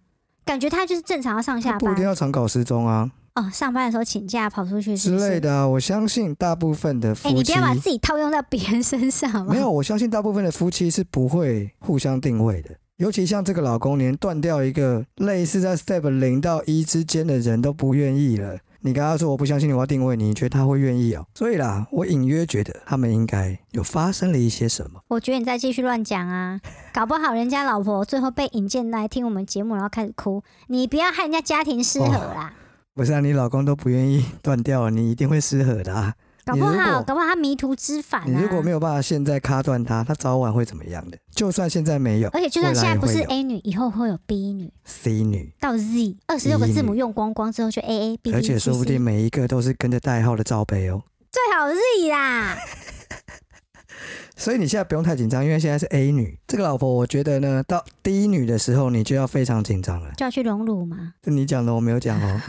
B: 感觉他就是正常要上下
A: 不一定
B: 班
A: 要长搞失踪啊
B: 哦，上班的时候请假跑出去是
A: 之
B: 不是
A: 类。的啊。我相信大部分的
B: 哎、
A: 夫
B: 你不
A: 妻
B: 要把自己套用到别人身上好不好
A: 没有，我相信大部分的夫妻是不会互相定位的。尤其像这个老公，连断掉一个类似在 step 零到一之间的人都不愿意了。你跟他说我不相信你，我要定位你，你觉得他会愿意哦？所以啦，我隐约觉得他们应该有发生了一些什么。
B: 我觉得你再继续乱讲啊，搞不好人家老婆最后被引荐来听我们节目，然后开始哭。你不要害人家家庭失和啦，
A: 不是啊，你老公都不愿意断掉了，你一定会失和的啊！
B: 搞不
A: 你如
B: 好
A: 果
B: 搞不好他迷途知返
A: 你
B: 啊。
A: 如果没有办法现在卡断他，他早晚会怎么样的？就算现在没有
B: 而且就算现在不是
A: 未来
B: A 女，以后会有 B 女
A: C 女，
B: 到 Z，二十六个字母用光光之后就 A A B B，
A: E 而且说不
B: C C
A: 定每一个都是跟着代号的罩杯哦。
B: 最好 Z 啦。
A: 所以你现在不用太紧张，因为现在是 A 女这个老婆，我觉得呢，到 D 女的时候你就要非常紧张了。
B: 就要去荣辱嘛。
A: 这你讲的我没有讲哦。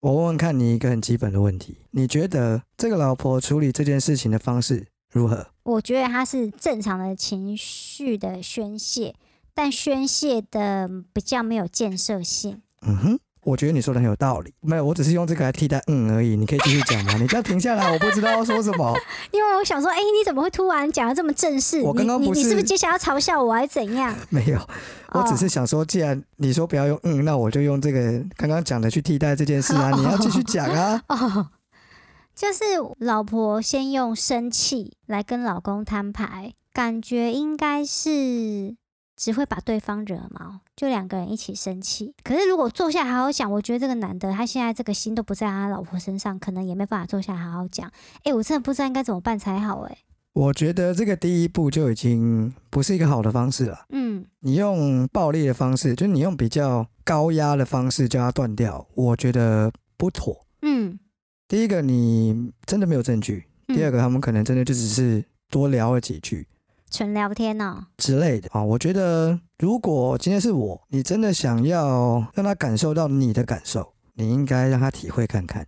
A: 我问问看你一个很基本的问题，你觉得这个老婆处理这件事情的方式如何？
B: 我觉得他是正常的情绪的宣泄，但宣泄的比较没有建设性。
A: 嗯哼，我觉得你说的很有道理。没有，我只是用这个来替代嗯而已。你可以继续讲吗？你这样停下来，我不知道要说什么。
B: 因为我想说，哎、你怎么会突然讲的这么正式？
A: 我刚刚
B: 你
A: 不
B: 你你
A: 是
B: 是不是接下来要嘲笑我，还是怎样？
A: 没有， 我只是想说，既然你说不要用嗯，那我就用这个刚刚讲的去替代这件事啊。你要继续讲啊。
B: 哦。哦 就是老婆先用生气来跟老公摊牌，感觉应该是只会把对方惹毛，就两个人一起生气。可是如果坐下好好讲，我觉得这个男的他现在这个心都不在他老婆身上，可能也没办法坐下好好讲。诶，我真的不知道应该怎么办才好、诶，哎
A: 我觉得这个第一步就已经不是一个好的方式了。
B: 嗯，
A: 你用暴力的方式，就是你用比较高压的方式叫他断掉，我觉得不妥。
B: 嗯，
A: 第一个，你真的没有证据；
B: 嗯
A: 第二个，他们可能真的就只是多聊了几句
B: 纯聊天哦，
A: 之类的啊。我觉得，如果今天是我，你真的想要让他感受到你的感受，你应该让他体会看看。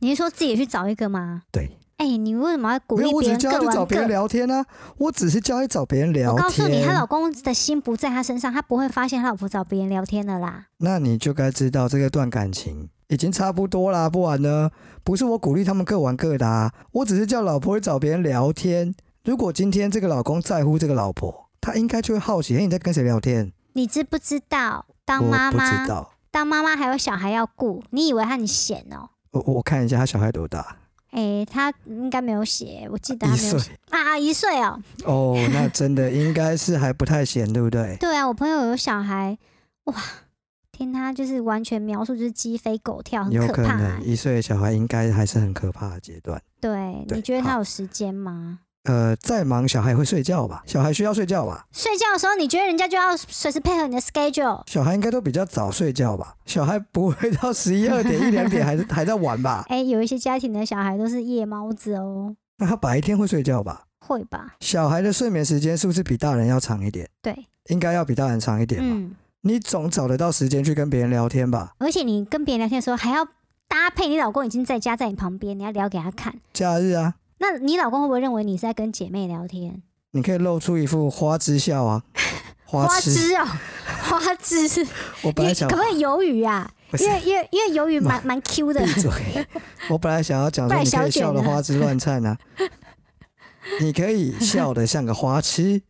B: 你是说自己去找一个吗？
A: 对，
B: 哎、你为什么要鼓
A: 没
B: 励
A: 有，我只
B: 别
A: 是
B: 人
A: 叫
B: 各
A: 他去
B: 玩
A: 找
B: 各
A: 别人聊天啊，我只是叫他去找别人聊
B: 我
A: 天。
B: 告诉你，她老公的心不在她身上，她不会发现她老婆找别人聊天的啦。
A: 那你就该知道这个段感情已经差不多啦，不然呢？不是我鼓励他们各玩各的、啊，我只是叫老婆去找别人聊天。如果今天这个老公在乎这个老婆，他应该就会好奇，哎、你在跟谁聊天？
B: 你知不知道，当
A: 我
B: 妈
A: 不知
B: 妈，
A: 道，
B: 当妈妈还有小孩要顾，你以为她很闲哦、
A: 我我看一下他小孩多大，
B: 哎、她应该没有写，我记得她
A: 一
B: 没有
A: 岁
B: 写啊啊，一岁哦、
A: 哦，那真的应该是还不太闲，对不对？
B: 对啊，我朋友有小孩，哇，听她就是完全描述就是鸡飞狗跳，很
A: 有
B: 可
A: 可
B: 怕、欸
A: 能一岁的小孩应该还是很可怕的阶段。
B: 对，
A: 对
B: 你觉得她
A: 好
B: 有时间吗？
A: 呃，再忙小孩会睡觉吧？小孩需要睡觉吧？
B: 睡觉的时候，你觉得人家就要随时配合你的 schedule？
A: 小孩应该都比较早睡觉吧？小孩不会到十一二点一两点还 是还在玩吧？
B: 哎、有一些家庭的小孩都是夜猫子哦，
A: 那他白天会睡觉吧？
B: 会吧？
A: 小孩的睡眠时间是不是比大人要长一点？
B: 对，
A: 应该要比大人长一点吧？
B: 嗯，
A: 你总找得到时间去跟别人聊天吧？
B: 而且你跟别人聊天的时候，还要搭配你老公已经在家在你旁边，你要聊给他看。
A: 假日啊，
B: 嗯那你老公会不会认为你是在跟姐妹聊天？
A: 你可以露出一副花枝笑啊，花痴。
B: 枝哦， 花枝，你
A: 我本来想
B: 可不可以鱿鱼啊？
A: 不是
B: 因为因为因为鱿鱼蛮蛮 Q 的
A: 闭，嘴， 我本来想要讲
B: 不
A: 说
B: 然
A: 你可以
B: 小卷啊
A: 笑的
B: 呢
A: 花枝乱颤 啊，你可以笑的像个花 痴。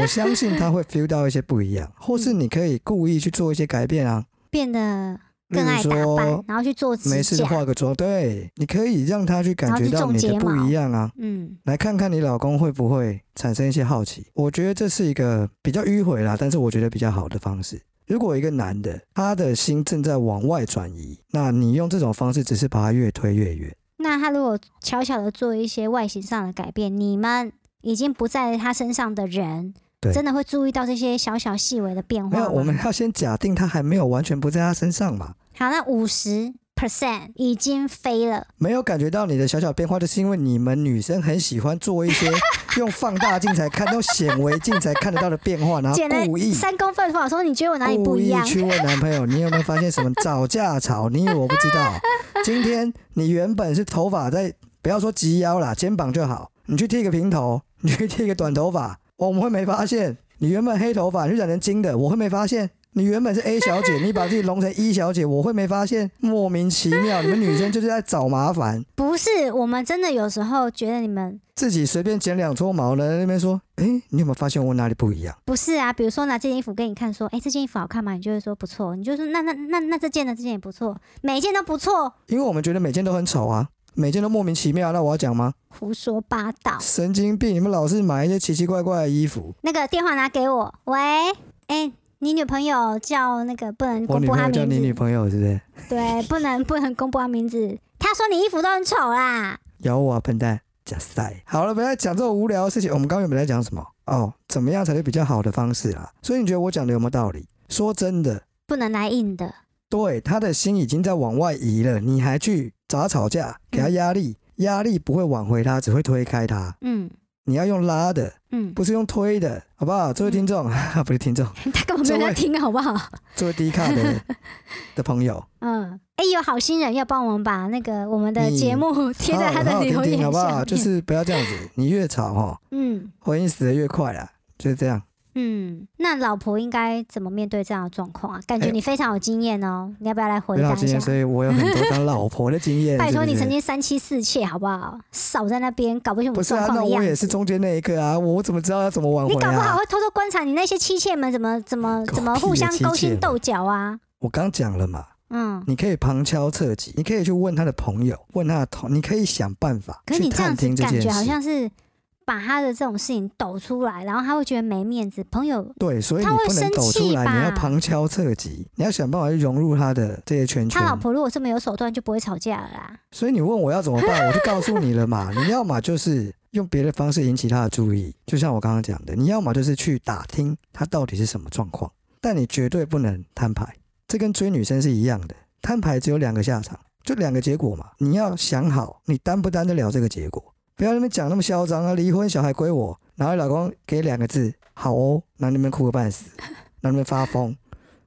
A: 我相信他会 feel 到一些不一
B: 嗯
A: 样，或是你可以故意去做一些改变啊，
B: 变得
A: 例
B: 更爱
A: 如
B: 打扮
A: 说，
B: 然后去做指
A: 没事就
B: 甲。
A: 化个妆，对，你可以让他去感觉到你的不一样啊，
B: 嗯，
A: 来看看你老公会不会产生一些好奇。我觉得这是一个比较迂回啦，但是我觉得比较好的方式。如果一个男的他的心正在往外转移，那你用这种方式只是把他越推越远。
B: 那他如果悄悄的做一些外形上的改变，你们已经不在他身上的人，
A: 对
B: 真的会注意到这些小小细微的变
A: 没
B: 化
A: 有，
B: 吗？
A: 我们要先假定他还没有完全不在他身上嘛，
B: 好，那五十 percent 已经飞了。
A: 没有感觉到你的小小变化，就是因为你们女生很喜欢做一些用放大镜才看到、用显微镜才看得到的变化， 然后
B: 剪了
A: 啊故意
B: 三公分的头发，说你觉得我哪里不
A: 故
B: 一
A: 意
B: 样？
A: 去问男朋友，你有没有发现什么早架 潮？你以为我不知道？今天你原本是头发在，不要说及腰啦，肩膀就好。你去剃个平头，你去剃个短头发，我们会没发现。你原本黑头发，你就染成金的，我会没发现。你原本是 A 小姐，你把自己弄成 E 小姐，我会没发现？莫名其妙，你们女生就是在找麻烦，
B: 不是，我们真的有时候觉得你们
A: 自己随便剪两撮毛呢，那边说，哎、你有没有发现我哪里不一样？
B: 不是啊。比如说拿这件衣服给你看，说，哎，这件衣服好看吗？你就会说不错，你就说那那那那这件呢？这件也不错，每一件都不错，
A: 因为我们觉得每件都很丑啊，每件都莫名其妙，那我要讲吗？
B: 胡说八道。
A: 神经病！你们老是买一些奇奇怪怪的衣服，
B: 那个电话拿给我，喂，哎，你女朋友叫那个不能
A: 我
B: 公
A: 女
B: 布
A: 朋
B: 她
A: 友叫
B: 名
A: 你女
B: 字，
A: 朋友是不是？
B: 对，不能不能公布她名字。她说你衣服都很丑啦，
A: 咬我啊，笨蛋！假赛。好了，不要讲这种无聊的事情。我们刚刚原本在讲什么？哦，怎么样才是比较好的方式啦？所以你觉得我讲的有没有道理？说真的，
B: 不能来硬的。
A: 对他的心已经在往外移了，你还去找他吵架，给他压力，压力不会挽回他，只会推开他。
B: 嗯
A: 你要用拉的，
B: 嗯，
A: 不是用推 的，好不好？这位听众， 不是听众，
B: 她根本没有在听，好不好？
A: 这位低卡的的朋友，
B: 嗯，哎，有好心人要帮我们把那个我们的
A: 你
B: 节目 贴在他
A: 好
B: 的
A: 好
B: 留
A: 听
B: 言
A: 听
B: 下
A: 好不好？
B: 面
A: 就是不要这样 子，你越吵哈，
B: 嗯
A: 回应死的越快啦，就是这样。
B: 嗯，那老婆应该怎么面对这样的状况啊？感觉
A: 哎
B: 你非常有经验哦，你要不要来回
A: 没
B: 答
A: 有
B: 一
A: 经
B: 下
A: 验，？所以我有很多当老婆的经验。
B: 拜托
A: 是不
B: 你
A: 是
B: 曾经三妻四妾，好不好？少在那边搞不清楚
A: 不是
B: 状
A: 啊？
B: 况
A: 那
B: 的样
A: 我
B: 子。
A: 也是中间那一个啊，我怎么知道要怎么挽
B: 你
A: 回
B: 搞不好
A: 啊？
B: 会偷偷观察你那些妻妾们怎么怎么
A: 狗
B: 怎么
A: 屁
B: 互
A: 的
B: 相
A: 妻
B: 勾
A: 妾
B: 心
A: 们
B: 斗角啊！
A: 我刚讲了嘛，
B: 嗯，
A: 你可以旁敲侧击，你可以去问他的朋友，问他的同，你可以想办法
B: 可是
A: 去
B: 你这样
A: 探
B: 子
A: 听这
B: 感
A: 件
B: 觉好
A: 事。
B: 像是把他的这种事情抖出来，然后他会觉得没面子，朋友
A: 对，所以
B: 他
A: 你
B: 会
A: 不能
B: 生
A: 抖出
B: 气
A: 来，
B: 吧
A: 你要旁敲侧击，你要想办法去融入他的这些圈圈
B: 他。老婆如果这么有手段，就不会吵架了啦。
A: 所以你问我要怎么办，我就告诉你了嘛。你要么就是用别的方式引起他的注意，就像我刚刚讲的，你要么就是去打听他到底是什么状况，但你绝对不能摊牌。这跟追女生是一样的，摊牌只有两个下场，就两个结果嘛。你要想好，你担不担得了这个结果，不要那么讲那么嚣张啊！离婚，小孩归我，然后老公给两个字，好哦，然后你们哭个半死，然后你们发疯，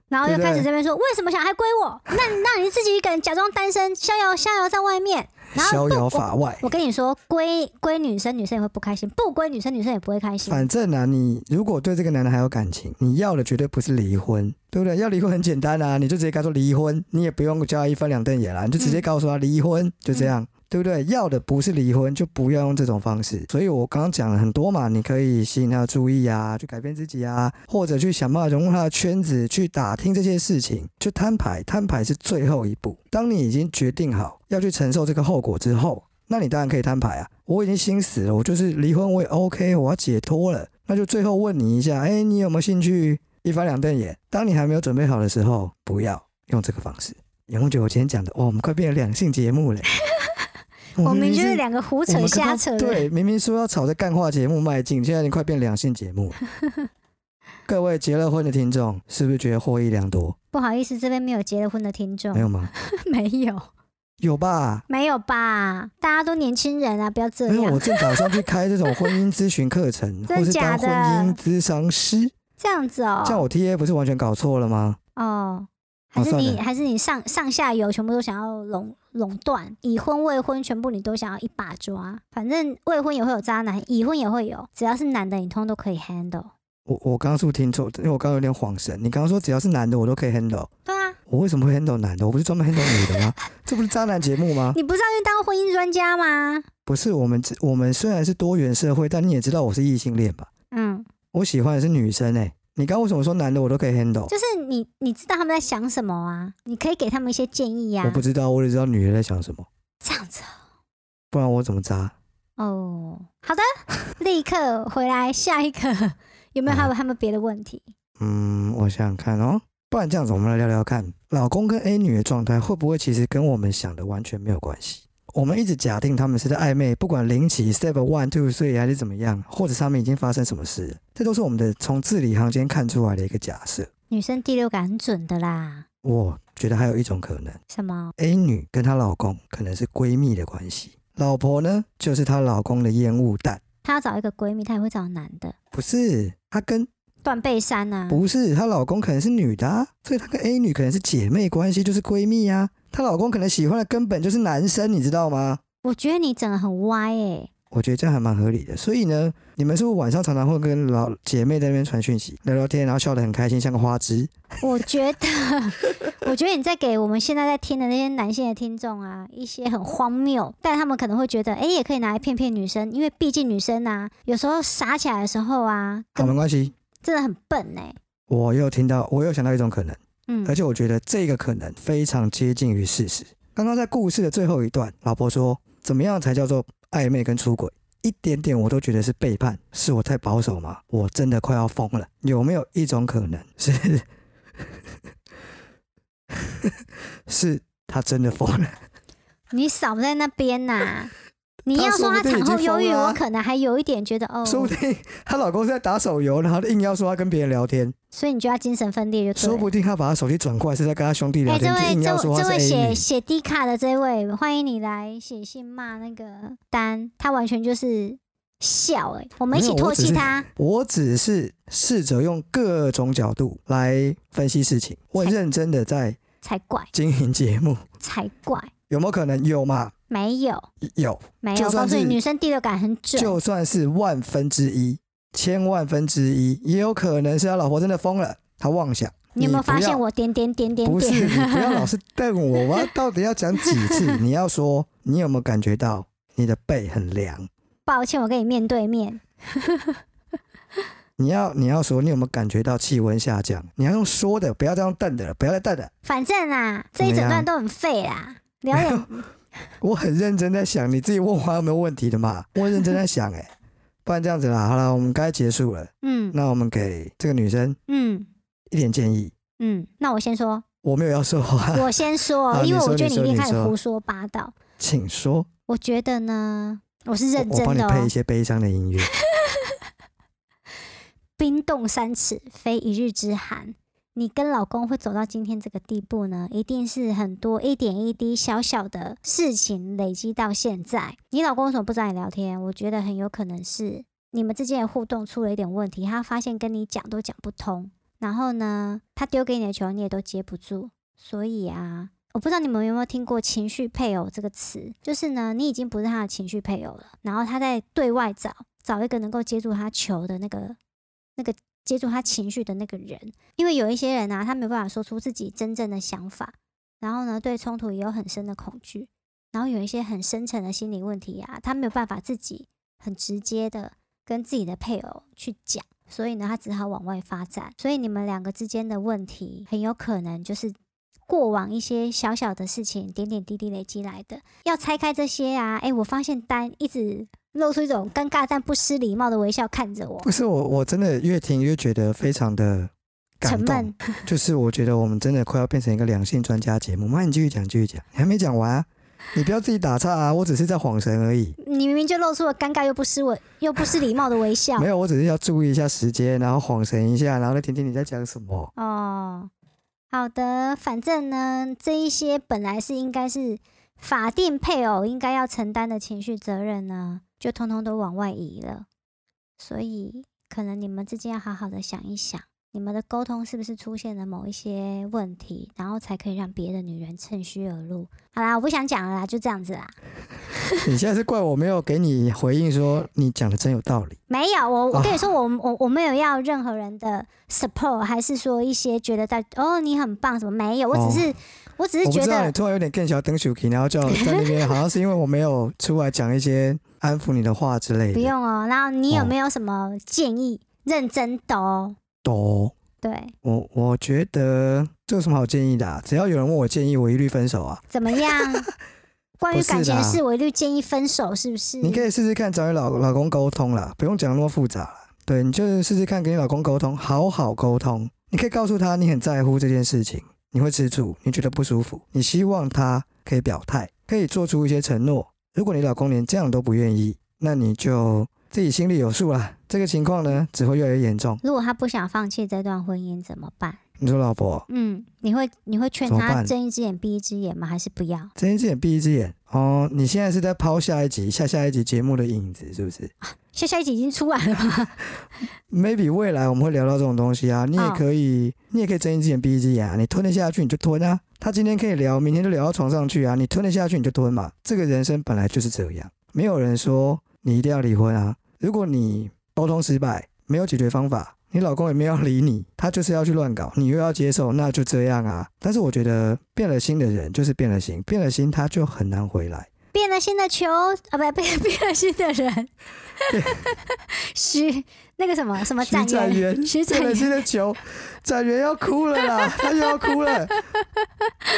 B: 然后又
A: 对不
B: 开始
A: 对
B: 这边说，为什么小孩归我？那那你自己一个人假装单身，逍遥逍遥在外面。然后
A: 逍遥
B: 我
A: 法外。
B: 我跟你说，归归女生，女生也会不开心；不归女生，女生也不会开心。
A: 反正啊，你如果对这个男的还有感情，你要的绝对不是离婚，对不对？要离婚很简单啊，你就直接跟他说离婚，你也不用叫他一翻两瞪眼啦，啊你就直接告诉他离婚，就这样。对不对？要的不是离婚，就不要用这种方式。所以我刚刚讲了很多嘛，你可以吸引他的注意啊，去改变自己啊，或者去想办法融入他的圈子，去打听这些事情，去摊牌。摊牌是最后一步。当你已经决定好要去承受这个后果之后，那你当然可以摊牌啊！我已经心死了，我就是离婚，我也 OK，我要解脱了。那就最后问你一下，哎、你有没有兴趣一翻两瞪眼？当你还没有准备好的时候，不要用这个方式。有没有觉得我今天讲的，哇，我们快变成两性节目 嘞？
B: 我们
A: 明
B: 就
A: 明
B: 是两个胡
A: 我
B: 扯
A: 们刚
B: 瞎
A: 刚
B: 扯的人。
A: 对，明明说要朝着干话节目迈进，现在已经快变两性节目了。 各位结了婚的听众，是不是觉得获益良多？
B: 不好意思，这边没有结了婚的听众
A: 没，有吗？
B: 没有，
A: 有吧？
B: 没有吧？大家都年轻人啊，不要这
A: 没有，
B: 样
A: 我。正打算去开这种婚姻咨询课 程，
B: 真
A: 或是
B: 假
A: 当
B: 的
A: 婚姻咨商师。
B: 这样子哦、
A: 像我 TA 不是完全搞错了吗？
B: 哦，还
A: 哦
B: 是
A: 算
B: 你、
A: 了
B: 还是你上上下游全部都想要垄垄断，已婚未婚全部你都想要一把抓。反正未婚也会有渣男，已婚也会有，只要是男的，你通通都可以 handle。
A: 我我刚刚是不是听错？因为我刚刚有点恍神。你刚刚说只要是男的我都可以 handle，
B: 对啊，
A: 我为什么会 handle 男的？我不是专门 handle 女的吗？ 这不是渣男节目吗？
B: 你不是要去当婚姻专家吗？
A: 不是，我们只我们虽然是多元社会，但你也知道我是异性恋吧？
B: 嗯，
A: 我喜欢的是女生哎、你刚刚为什么说男的我都可以 handle？
B: 就是你你知道他们在想什么啊？你可以给他们一些建议呀、
A: 我
B: 啊
A: 不。知道，我只知道女的在想什么，
B: 这样子啊
A: 不然我怎么渣？
B: 哦，好的，立刻回来下一个。有没有还有还有没有别的问题？
A: 嗯，我想想看哦。不然这样子，我们来聊聊看，老公跟 A 女的状态会不会其实跟我们想的完全没有关系？我们一直假定他们是在暧昧，不管零起 step one two three 还是怎么样，或者是他们已经发生什么事了，这都是我们的从字里行间看出来的一个假设。
B: 女生第六感很准的啦。
A: 我觉得还有一种可能
B: 什么？
A: ，A 女跟她老公可能是闺蜜的关系，老婆呢就是她老公的烟雾弹，
B: 她要找一个闺蜜，她也会找男的。
A: 不是她跟
B: 断背山啊呐、
A: 不是，她老公可能是女的、啊，所以她跟 A 女可能是姐妹关系，就是闺蜜啊。她老公可能喜欢的根本就是男生，你知道吗？
B: 我觉得你整的很歪诶、欸
A: 我觉得这样还蛮合理的。所以呢，你们是不是晚上常常会跟老姐妹在那边传讯息、聊聊天，然后笑得很开心，像个花枝？
B: 我觉得， 我觉得你在给我们现在在听的那些男性的听众啊，一些很荒谬，但他们可能会觉得，哎、也可以拿来骗骗女生，因为毕竟女生啊，有时候傻起来的时候啊，
A: 好，没
B: 跟
A: 关系。
B: 真的很笨哎、
A: 我又听到，我又想到一种可能，
B: 嗯
A: 而且我觉得这个可能非常接近于事实。刚刚在故事的最后一段，老婆说：“怎么样才叫做暧昧跟出轨？一点点我都觉得是背叛，是我太保守吗？我真的快要疯了。有没有一种可能是， 是他真的疯了？
B: 你少在那边呐、你要说
A: 她
B: 她
A: 说
B: 产
A: 不定已经
B: 后忧郁，
A: 疯了啊
B: 我可能还有一点觉得哦，
A: 说不定她老公是在打手游，然后硬要说她跟别人聊天，
B: 所以你就要精神分裂就对
A: 说
B: 了。
A: 不定她把她手机转过来是在跟她兄弟聊
B: 哎、这
A: 天，就
B: 位
A: 硬
B: 这
A: 要说
B: 位
A: 她
B: 这位
A: 是 A
B: 写
A: 女。
B: 写 D 卡的这位，欢迎你来写信骂那个丹，他完全就是笑哎、我们一起
A: 没有我
B: 唾
A: 只
B: 弃
A: 是
B: 他。
A: 我只是试着用各种角度来分析事情，我很认真的在
B: 才怪
A: 经营节目，
B: 才怪，
A: 有没有可能？有嘛？
B: 没有
A: 有，
B: 没
A: 就
B: 有，
A: 算
B: 告诉你
A: 是
B: 女生第六感很准，
A: 就算是万分之一、千万分之一，也有可能是他老婆真的疯了，他妄想。
B: 你有没有
A: 不要
B: 发现我点点点点
A: 不是，你
B: 点？
A: 不要老是瞪我，我要到底要讲几次？你要说你有没有感觉到你的背很凉？
B: 抱歉，我跟你面对面，
A: 你要你要说你有没有感觉到气温下降？你要用说的，不要再用瞪的了，不要再瞪了。
B: 反正啊，这
A: 怎
B: 一
A: 么
B: 整段
A: 样
B: 都很废啦，聊点
A: 我很认真在想，你自己问我有没有问题的嘛？我认真在想、欸， 哎，不然这样子啦，好了，我们该结束了。
B: 嗯
A: 那我们给这个女生
B: 嗯
A: 一点建议，
B: 嗯。那我先说，
A: 我没有要说话，
B: 我先说，
A: 啊好
B: 因为
A: 你
B: 我
A: 说
B: 觉得
A: 你
B: 一
A: 说
B: 定
A: 你
B: 开始
A: 说
B: 胡说八道。
A: 请说。
B: 我觉得呢，我是认
A: 我我
B: 真
A: 帮你
B: 的
A: 配一
B: 哦。
A: 些悲伤的音乐。
B: 冰冻三尺，非一日之寒。你跟老公会走到今天这个地步呢，一定是很多一点一滴小小的事情累积到现在。你老公为什么不找你聊天？我觉得很有可能是你们之间的互动出了一点问题，他发现跟你讲都讲不通，然后呢，他丢给你的球你也都接不住，所以啊。我不知道你们有没有听过“情绪配偶”这个词，就是呢，你已经不是他的情绪配偶了，然后他在对外找找一个能够接住他球的那个那个接住他情绪的那个人，因为有一些人啊，他没有办法说出自己真正的想法，然后呢，对冲突也有很深的恐惧，然后有一些很深层的心理问题啊，他没有办法自己很直接的跟自己的配偶去讲，所以呢，他只好往外发展。所以你们两个之间的问题，很有可能就是过往一些小小的事情，点点滴滴累积来的。要拆开这些啊，哎，我发现丹一直露出一种尴尬但不失礼貌的微笑看着我
A: 不，是我，我真的越听越觉得非常的
B: 沉
A: 感
B: 闷
A: 动。。就是我觉得我们真的快要变成一个两性专家节目。妈，你继续讲，继续讲，你还没讲完啊！你不要自己打岔啊！我只是在晃神而已，
B: 你明明就露出了尴尬又不失我又不失礼貌的微笑
A: 没。有，我只是要注意一下时间，然后晃神一下，然后再听听你在讲什么。
B: 哦，好的，反正呢，这一些本来是应该是法定配偶应该要承担的情绪责任呢，就通通都往外移了。所以，可能你们之间要好好的想一想，你们的沟通是不是出现了某一些问题，然后才可以让别的女人趁虚而入。好啦，我不想讲了啦，就这样子啦。
A: 你现在是怪我没有给你回应说你讲的真有道理，
B: 没有，我我
A: 哦
B: 跟你说，我我我没有要任何人的 support，还是说一些觉得大哦你很棒什么没有，我
A: 哦
B: 只是、我只是
A: 我不
B: 觉
A: 知道
B: 得
A: 你突然有点更小灯 s h 然后叫我在那 边好像是因为我没有出来讲一些安抚你的话之类的。
B: 不用哦。然后你有
A: 哦
B: 没有什么建议？认真的哦，
A: 懂。
B: 对，
A: 我我觉得这有什么好建议的、啊？只要有人问我建议，我一律分手啊！
B: 怎么样？ 关于
A: 不是
B: 感情的
A: 啦
B: 事，我一律建议分手，是不是？
A: 你可以试试看找你老老公沟通啦，不用讲那么复杂啦。对，你就是试试看跟你老公沟通，好好沟通。你可以告诉他你很在乎这件事情，你会吃醋，你觉得不舒服，你希望他可以表态，可以做出一些承诺。如果你老公连这样都不愿意，那你就自己心里有数啦。这个情况呢，只会越来越严重。
B: 如果他不想放弃这段婚姻怎么办？
A: 你说，老婆，
B: 嗯，你会你会劝
A: 怎么
B: 他
A: 办
B: 睁一只眼闭一只眼吗？还是不要？
A: 哦
B: 下下一集已经出来了吗？
A: maybe 未来我们会聊到这种东西啊，你也
B: 哦
A: 可以，你也可以睁一只眼闭一只眼啊，你吞得下去你就吞啊。他今天可以聊，明天就聊到床上去啊，你吞得下去你就吞嘛。这个人生本来就是这样，没有人说你一定要离婚啊！如果你沟通失败，没有解决方法，你老公也没有要理你，他就是要去乱搞，你又要接受，那就这样啊。但是我觉得变了心的人就是变了心，变了心他就很难回来。
B: 变了心的球啊，不 变变了心的人， 徐那个什么什么
A: 徐
B: 展
A: 展元，
B: 徐展
A: 变了
B: 元
A: 心的球，展元要哭了啦，他又要哭了。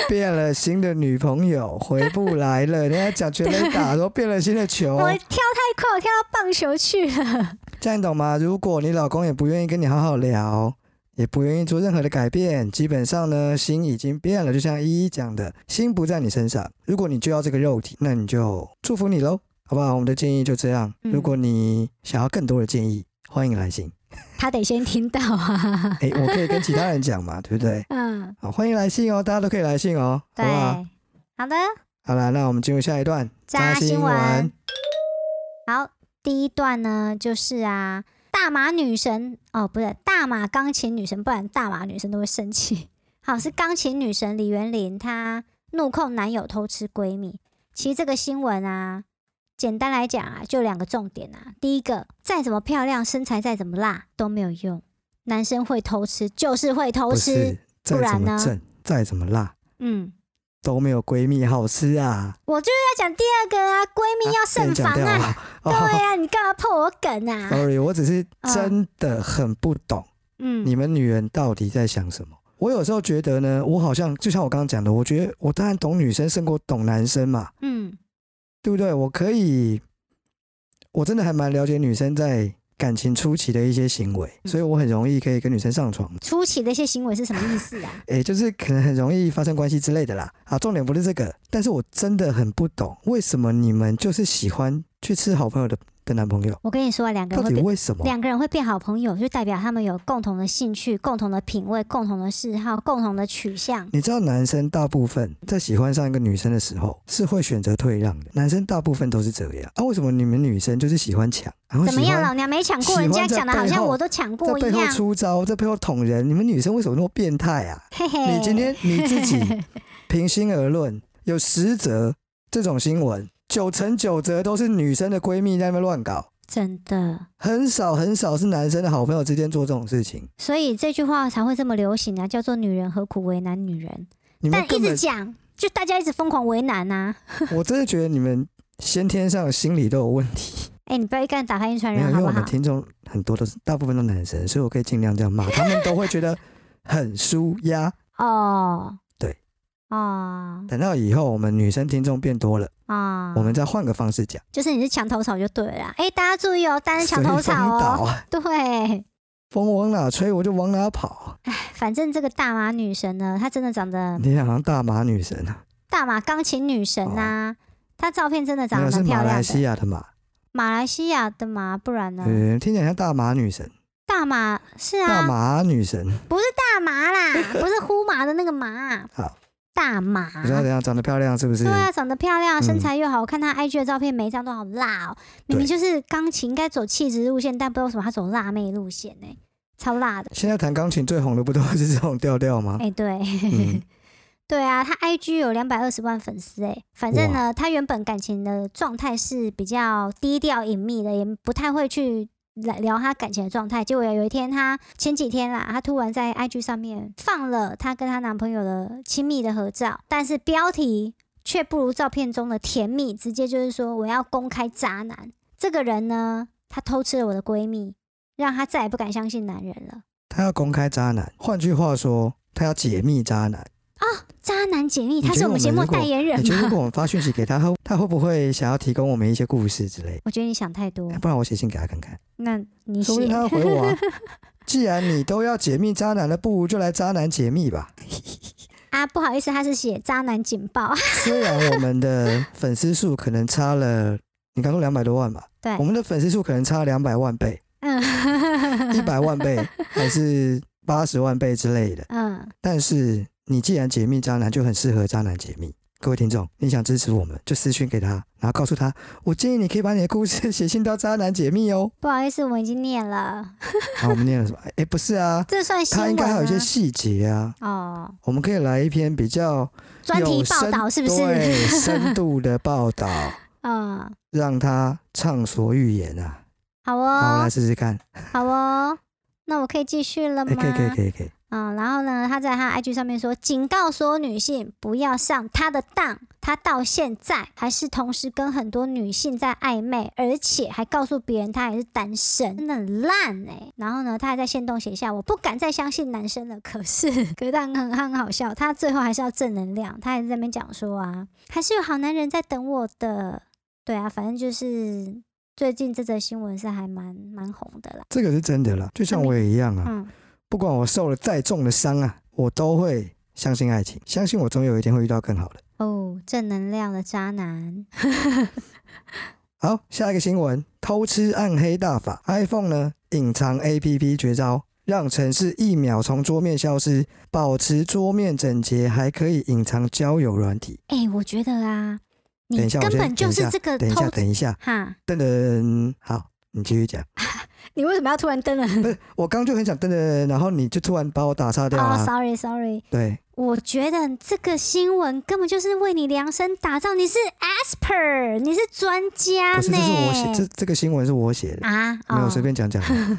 A: 变了心的女朋友回不来了，人家讲全垒打说变了心的球，
B: 我跳太快，我跳到棒球去了。
A: 这样你懂吗？如果你老公也不愿意跟你好好聊，也不愿意做任何的改变，基本上呢，心已经变了。就像依依讲的，心不在你身上。如果你就要这个肉体，那你就祝福你喽，好不好？我们的建议就这样。
B: 嗯
A: 如果你想要更多的建议，欢迎来信。
B: 他得先听到啊，
A: 诶，我可以跟其他人讲嘛，对不对？
B: 嗯，
A: 好，欢迎来信哦，大家都可以来信哦，好
B: 对
A: 不好？，
B: 好的，
A: 好啦，那我们进入下一段
B: 扎新闻。好，第一段呢就是啊，大马女神哦，不是大马钢琴女神，不然大马女神都会生气。好，是钢琴女神李元玲，她怒控男友偷吃闺蜜。其实这个新闻啊，简单来讲啊，就两个重点啊。第一个，再怎么漂亮，身材再怎么辣都没有用，男生会偷吃就是会偷
A: 不
B: 吃
A: 是。，再
B: 不然
A: 怎么
B: 呢
A: 正，再怎么辣，
B: 嗯，
A: 都没有闺蜜好吃啊。
B: 我就是要讲第二个啊，闺蜜要
A: 被
B: 慎
A: 你
B: 防
A: 讲掉
B: 啊。
A: 了。
B: 对
A: 哦
B: 啊，你干嘛破我梗啊？
A: Sorry，我只是真的很不懂
B: 嗯，
A: 你们女人到底在想什么。我有时候觉得呢，我好像就像我刚刚讲的，我觉得我当然懂女生胜过懂男生嘛，
B: 嗯
A: 对不对？我可以，我真的还蛮了解女生在感情初期的一些行为，
B: 嗯
A: 所以我很容易可以跟女生上床，
B: 初期的一些行为是什么意思 啊？
A: 诶，就是可能很容易发生关系之类的啦。啊，重点不是这个，但是我真的很不懂为什么你们就是喜欢去吃好朋友的的男朋友，
B: 我跟你说啊，两个
A: 到
B: 人会
A: 底
B: 变
A: 为什么？
B: 两个人会变好朋友，就代表他们有共同的兴趣、共同的品味、共同的嗜好、共同的取向。
A: 你知道男生大部分在喜欢上一个女生的时候是会选择退让的，男生大部分都是这样。啊，为什么你们女生就是喜欢抢，然后
B: 怎么
A: 喜
B: 样，
A: 欢
B: 老娘没抢
A: 喜
B: 过，
A: 欢
B: 人家
A: 在
B: 讲的好
A: 背
B: 像
A: 后
B: 我都抢
A: 在
B: 过一
A: 背后
B: 样。
A: 出招，在背后捅人？你们女生为什么那么变态啊？
B: 嘿嘿，
A: 你今天你自 己平心而论，有十则这种新闻，九成九则都是女生的闺蜜在那边乱搞，
B: 真的，
A: 很少很少是男生的好朋友之间做这种事情。
B: 所以这句话才会这么流行啊，叫做“女人何苦为难女人
A: 你”，们
B: 但一
A: 根
B: 直
A: 本，
B: 讲，就大家一直疯狂为难呐、啊。
A: 我真的觉得你们先天上的心理都有问题。
B: 哎、你不要一竿子打翻一船
A: 没有，
B: 人
A: 因
B: 好
A: 为
B: 不
A: 我
B: 好
A: 们？听众很多都是大部分都男生，所以我可以尽量这样骂，他们都会觉得很舒压。
B: 哦，
A: 对，
B: 哦
A: 等到以后我们女生听众变多了，
B: 哦，
A: 我们再换个方式讲，
B: 就是你是墙头草就对了啦。哎、大家注意哦，单是墙
A: 随
B: 头
A: 风
B: 草
A: 倒
B: 哦。
A: 啊，
B: 对，
A: 风往哪吹我就往哪跑。
B: 反正这个大马女神呢，她真的长得
A: 你好像大马女神啊，
B: 大马钢琴女神呐、她照片真的
A: 哦没有
B: 长得
A: 是
B: 蛮
A: 马
B: 漂亮
A: 来西
B: 的。
A: 亚的马，
B: 马来西亚的嘛，不然呢？
A: 嗯，听起来像大马女神，
B: 大马是
A: 大
B: 啊，
A: 马女神。
B: 大麻 啦，不是呼麻的那个麻。
A: 好，
B: 大马。
A: 你知道怎样长得漂亮是不是
B: 嗯对？啊，长得漂亮，身
A: 嗯
B: 材又好，我看她 IG 的照片，每一张都好辣哦。明明就是钢琴应该走气质路线，但不知道为什么她走辣妹路线呢、超辣的。
A: 现在弹钢琴最红的不都是这种调调吗
B: 哎、？对。
A: 嗯，
B: 对啊，他 IG 有两百二十万粉丝哎，反正呢，他原本感情的状态是比较低调隐秘的，也不太会去来聊他感情的状态。结果有一天他，前几天啦，他突然在 IG 上面放了她跟她男朋友的亲密的合照，但是标题却不如照片中的甜蜜，直接就是说我要公开渣男。这个人呢，他偷吃了我的闺蜜，让她再也不敢相信男人了。
A: 他要公开渣男，换句话说，他要解密渣男。
B: 渣男解密，
A: 你觉得
B: 他是我们节目
A: 我们如果
B: 代言人
A: 你觉得如
B: 吗？
A: 果我们发讯息给他，他会他会不会想要提供我们一些故事之类？哎
B: 我觉得你想太多。
A: 不然我写信给他看看，
B: 那嗯你
A: 说不定
B: 写
A: 他会回 我、啊。既然你都要解密渣男了，不如就来渣男解密吧。
B: 啊？不好意思，他是写渣男警报。
A: 虽然我们的粉丝数可能差了，你刚说两百多万吧，
B: 对
A: 我，们的粉丝数可能差两百万 倍、
B: 嗯
A: 一百万倍，还是八十万倍之类的。
B: 嗯，
A: 但是你既然解密渣男，就很适合渣男解密。各位听众，你想支持我们，就私讯给他，然后告诉他，我建议你可以把你的故事写信到渣男解密哦。
B: 不好意思，我已经念了，
A: 然后我们念了 什么？哎，不是啊，
B: 这算新
A: 他
B: 闻
A: 应该还有一些
B: 吗？
A: 细节啊，
B: 哦，
A: 我们可以来一篇比较
B: 专题
A: 有
B: 报
A: 深
B: 道是不是？
A: 对，深度的报道。
B: 嗯，
A: 让他畅所欲言啊。好，
B: 好
A: 我
B: 哦
A: 来，试试看。
B: 好哦，那我可以继续了
A: 哎、
B: 吗？
A: 可以，可以，可以，可以。
B: 啊、然后呢，他在他 IG 上面说，警告所有女性不要上他的当。他到现在还是同时跟很多女性在暧昧，而且还告诉别人他还是单身，真的很烂哎、然后呢，他还在线动写下，我不敢再相信男生了。可是，可是他很他很好笑，他最后还是要正能量，他还在那边讲说啊，还是有好男人在等我的。对啊，反正就是最近这则新闻是还蛮蛮红的啦。
A: 这个是真的啦，就像我也一样啊，
B: 嗯，
A: 不管我受了再重的伤啊，我都会相信爱情，相信我总有一天会遇到更好的。
B: 哦，正能量的渣男。
A: 好，下一个新闻，偷吃暗黑大法，iPhone 呢隐藏 APP 绝招，让城市一秒从桌面消失，保持桌面整洁，还可以隐藏交友软体。
B: 哎、我觉得啊，你
A: 等一下我
B: 根
A: 先
B: 本就
A: 等一
B: 是
A: 下
B: 这个
A: 等一
B: 偷
A: 下，等一下，
B: 哈！
A: 噔噔，好，你继续 讲。
B: 你为什么要突然登了？
A: 不是，我刚就很想噔噔，然后你就突然把我打岔掉了、啊
B: 哦、s o r r y sorry，
A: 对，
B: 我觉得这个新闻根本就是为你量身打造，你是 asper，你是专家
A: 不是，
B: 呢。
A: 这是我写，这这个新闻是我写的。
B: 啊，
A: 没有
B: 哦
A: 随便讲讲。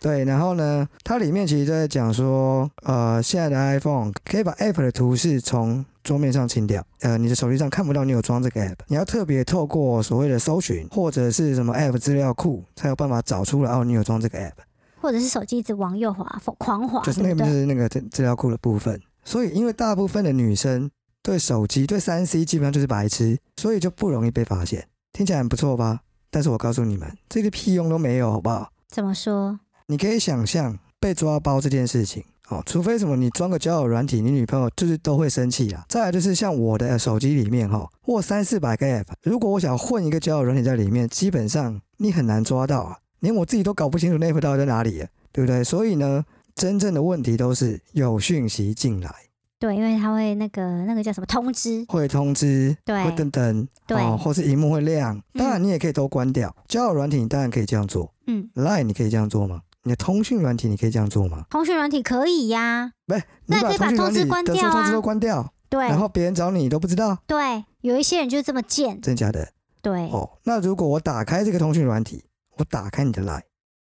A: 对，然后呢，它里面其实就在讲说，呃，现在的 iPhone 可以把 App 的图示从桌面上清掉，呃，你的手机上看不到你有装这个 App，你要特别透过所谓的搜寻或者是什么 App 资料库，才有办法找出来哦，你有装这个 App，
B: 或者是手机一直往右滑，疯狂滑，
A: 就是
B: 对
A: 那
B: 不
A: 个就
B: 对？
A: 是那个资资料库的部分。所以，因为大部分的女生对手机、对三 C 基本上就是白痴，所以就不容易被发现。听起来很不错吧？但是我告诉你们，这个屁用都没有，好不好？
B: 怎么说？
A: 你可以想象被抓包这件事情哦，除非什么你装个交友软体，你女朋友就是都会生气啊。再来就是像我的手机里面哈，我有三四百个 app，如果我想混一个交友软体在里面，基本上你很难抓到啊，连我自己都搞不清楚那 app 到底在哪里了，对不对？所以呢，真正的问题都是有讯息进来
B: 对，因为他会那个那个叫什么通知，
A: 会通知，
B: 对
A: 会等等，
B: 对
A: 哦，或是荧幕会亮。当然你也可以都关掉，交友软体你当然可以这样做
B: 嗯，
A: ，Line 你可以这样做吗？你的通讯软体你可以这样做吗？
B: 通讯软体可以呀、
A: 不是，
B: 那
A: 你
B: 可以把
A: 讯
B: 通
A: 软
B: 知
A: 体
B: 关
A: 的
B: 掉
A: 所有通知
B: 啊
A: 都关掉，
B: 对
A: 然后别人找你都不知道，
B: 对，有一些人就是这么贱，
A: 真假的？
B: 对，
A: 哦，那如果我打开这个通讯软体，我打开你的 line，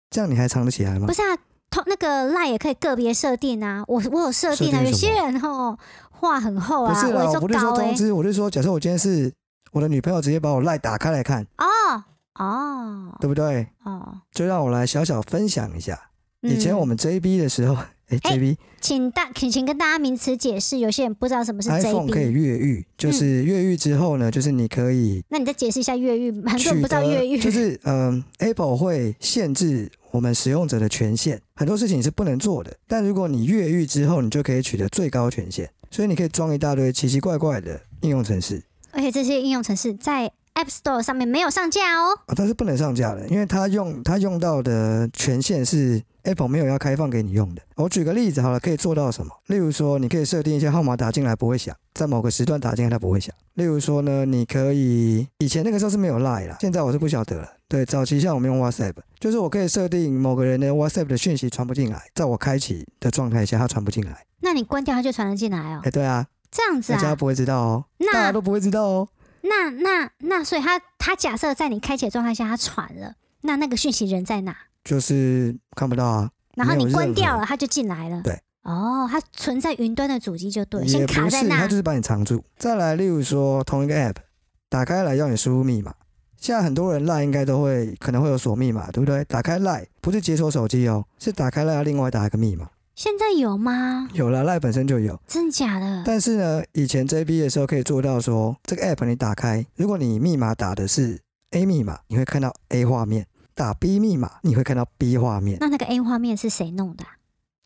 A: 这样你还藏得起来吗
B: 不？是啊，同那个赖也可以个别设定啊，我我有设定啊，
A: 设定什么
B: 有些人吼话很厚啊，
A: 不是啦，
B: 我
A: 我
B: 就
A: 不是说
B: 高哎、
A: 通知，我是说，假设我今天是我的女朋友，直接把我 line 打开来看，
B: 哦哦
A: 对不对？
B: 哦，
A: 就让我来小小分享一下，
B: 嗯
A: 以前我们 JB 的时候， 哎
B: 哎
A: ，JB
B: 请大请请跟大家名词解释，有些人不知道什么是嗯
A: iPhone 可以
B: JB，
A: 越狱，就是越狱之后呢，就是你可以
B: 那你再解释一下越狱，很多
A: 取
B: 人不知道
A: 得
B: 越狱，
A: 就是嗯、a p p l e 会限制我们使用者的权限，很多事情你是不能做的。但如果你越狱之后，你就可以取得最高权限，所以你可以装一大堆奇奇怪怪的应用程式
B: 而且这些应用程式在 App Store 上面没有上架哦。
A: 啊，它是不能上架的，因为它用它用到的权限是 Apple 没有要开放给你用的。我举个例子好了，可以做到什么？例如说，你可以设定一些号码打进来不会响，在某个时段打进来它不会响。例如说呢，你可以以前那个时候是没有 Line 啦，现在我是不晓得了。对，早期像我们用 WhatsApp，就是我可以设定某个人的 WhatsApp 的讯息传不进来，在我开启的状态下它传不进来。
B: 那你关掉它就传得进来哦
A: 哎、，对啊，
B: 这样子
A: 大家
B: 啊？
A: 不会知道哦，大家
B: 那
A: 都不会知道哦。
B: 那那那，所以它它假设在你开启的状态下它传了，那那个讯息人在哪？
A: 就是看不到啊，
B: 然后
A: 没有
B: 你关
A: 任
B: 掉
A: 何
B: 了，它就进来了。
A: 对，
B: 哦，它存在云端的主机就对，先
A: 也
B: 卡
A: 不
B: 在
A: 是，它
B: 那
A: 就。是把你藏住。再来，例如说同一个 app 打开来要你输入密码，现在很多人 line 应该都会可能会有锁密码，对不对？打开 line 不是解锁手机哦，是打开 line 要另外打一个密码。
B: 现在有吗？
A: 有了 line 本身就有，
B: 真的假的？
A: 但是呢，以前 JB 的时候可以做到说，这个 app 你打开，如果你密码打的是 A 密码，你会看到 A 画面；打 B 密码，你会看到 B 画面。
B: 那那个 A 画面是谁弄的啊、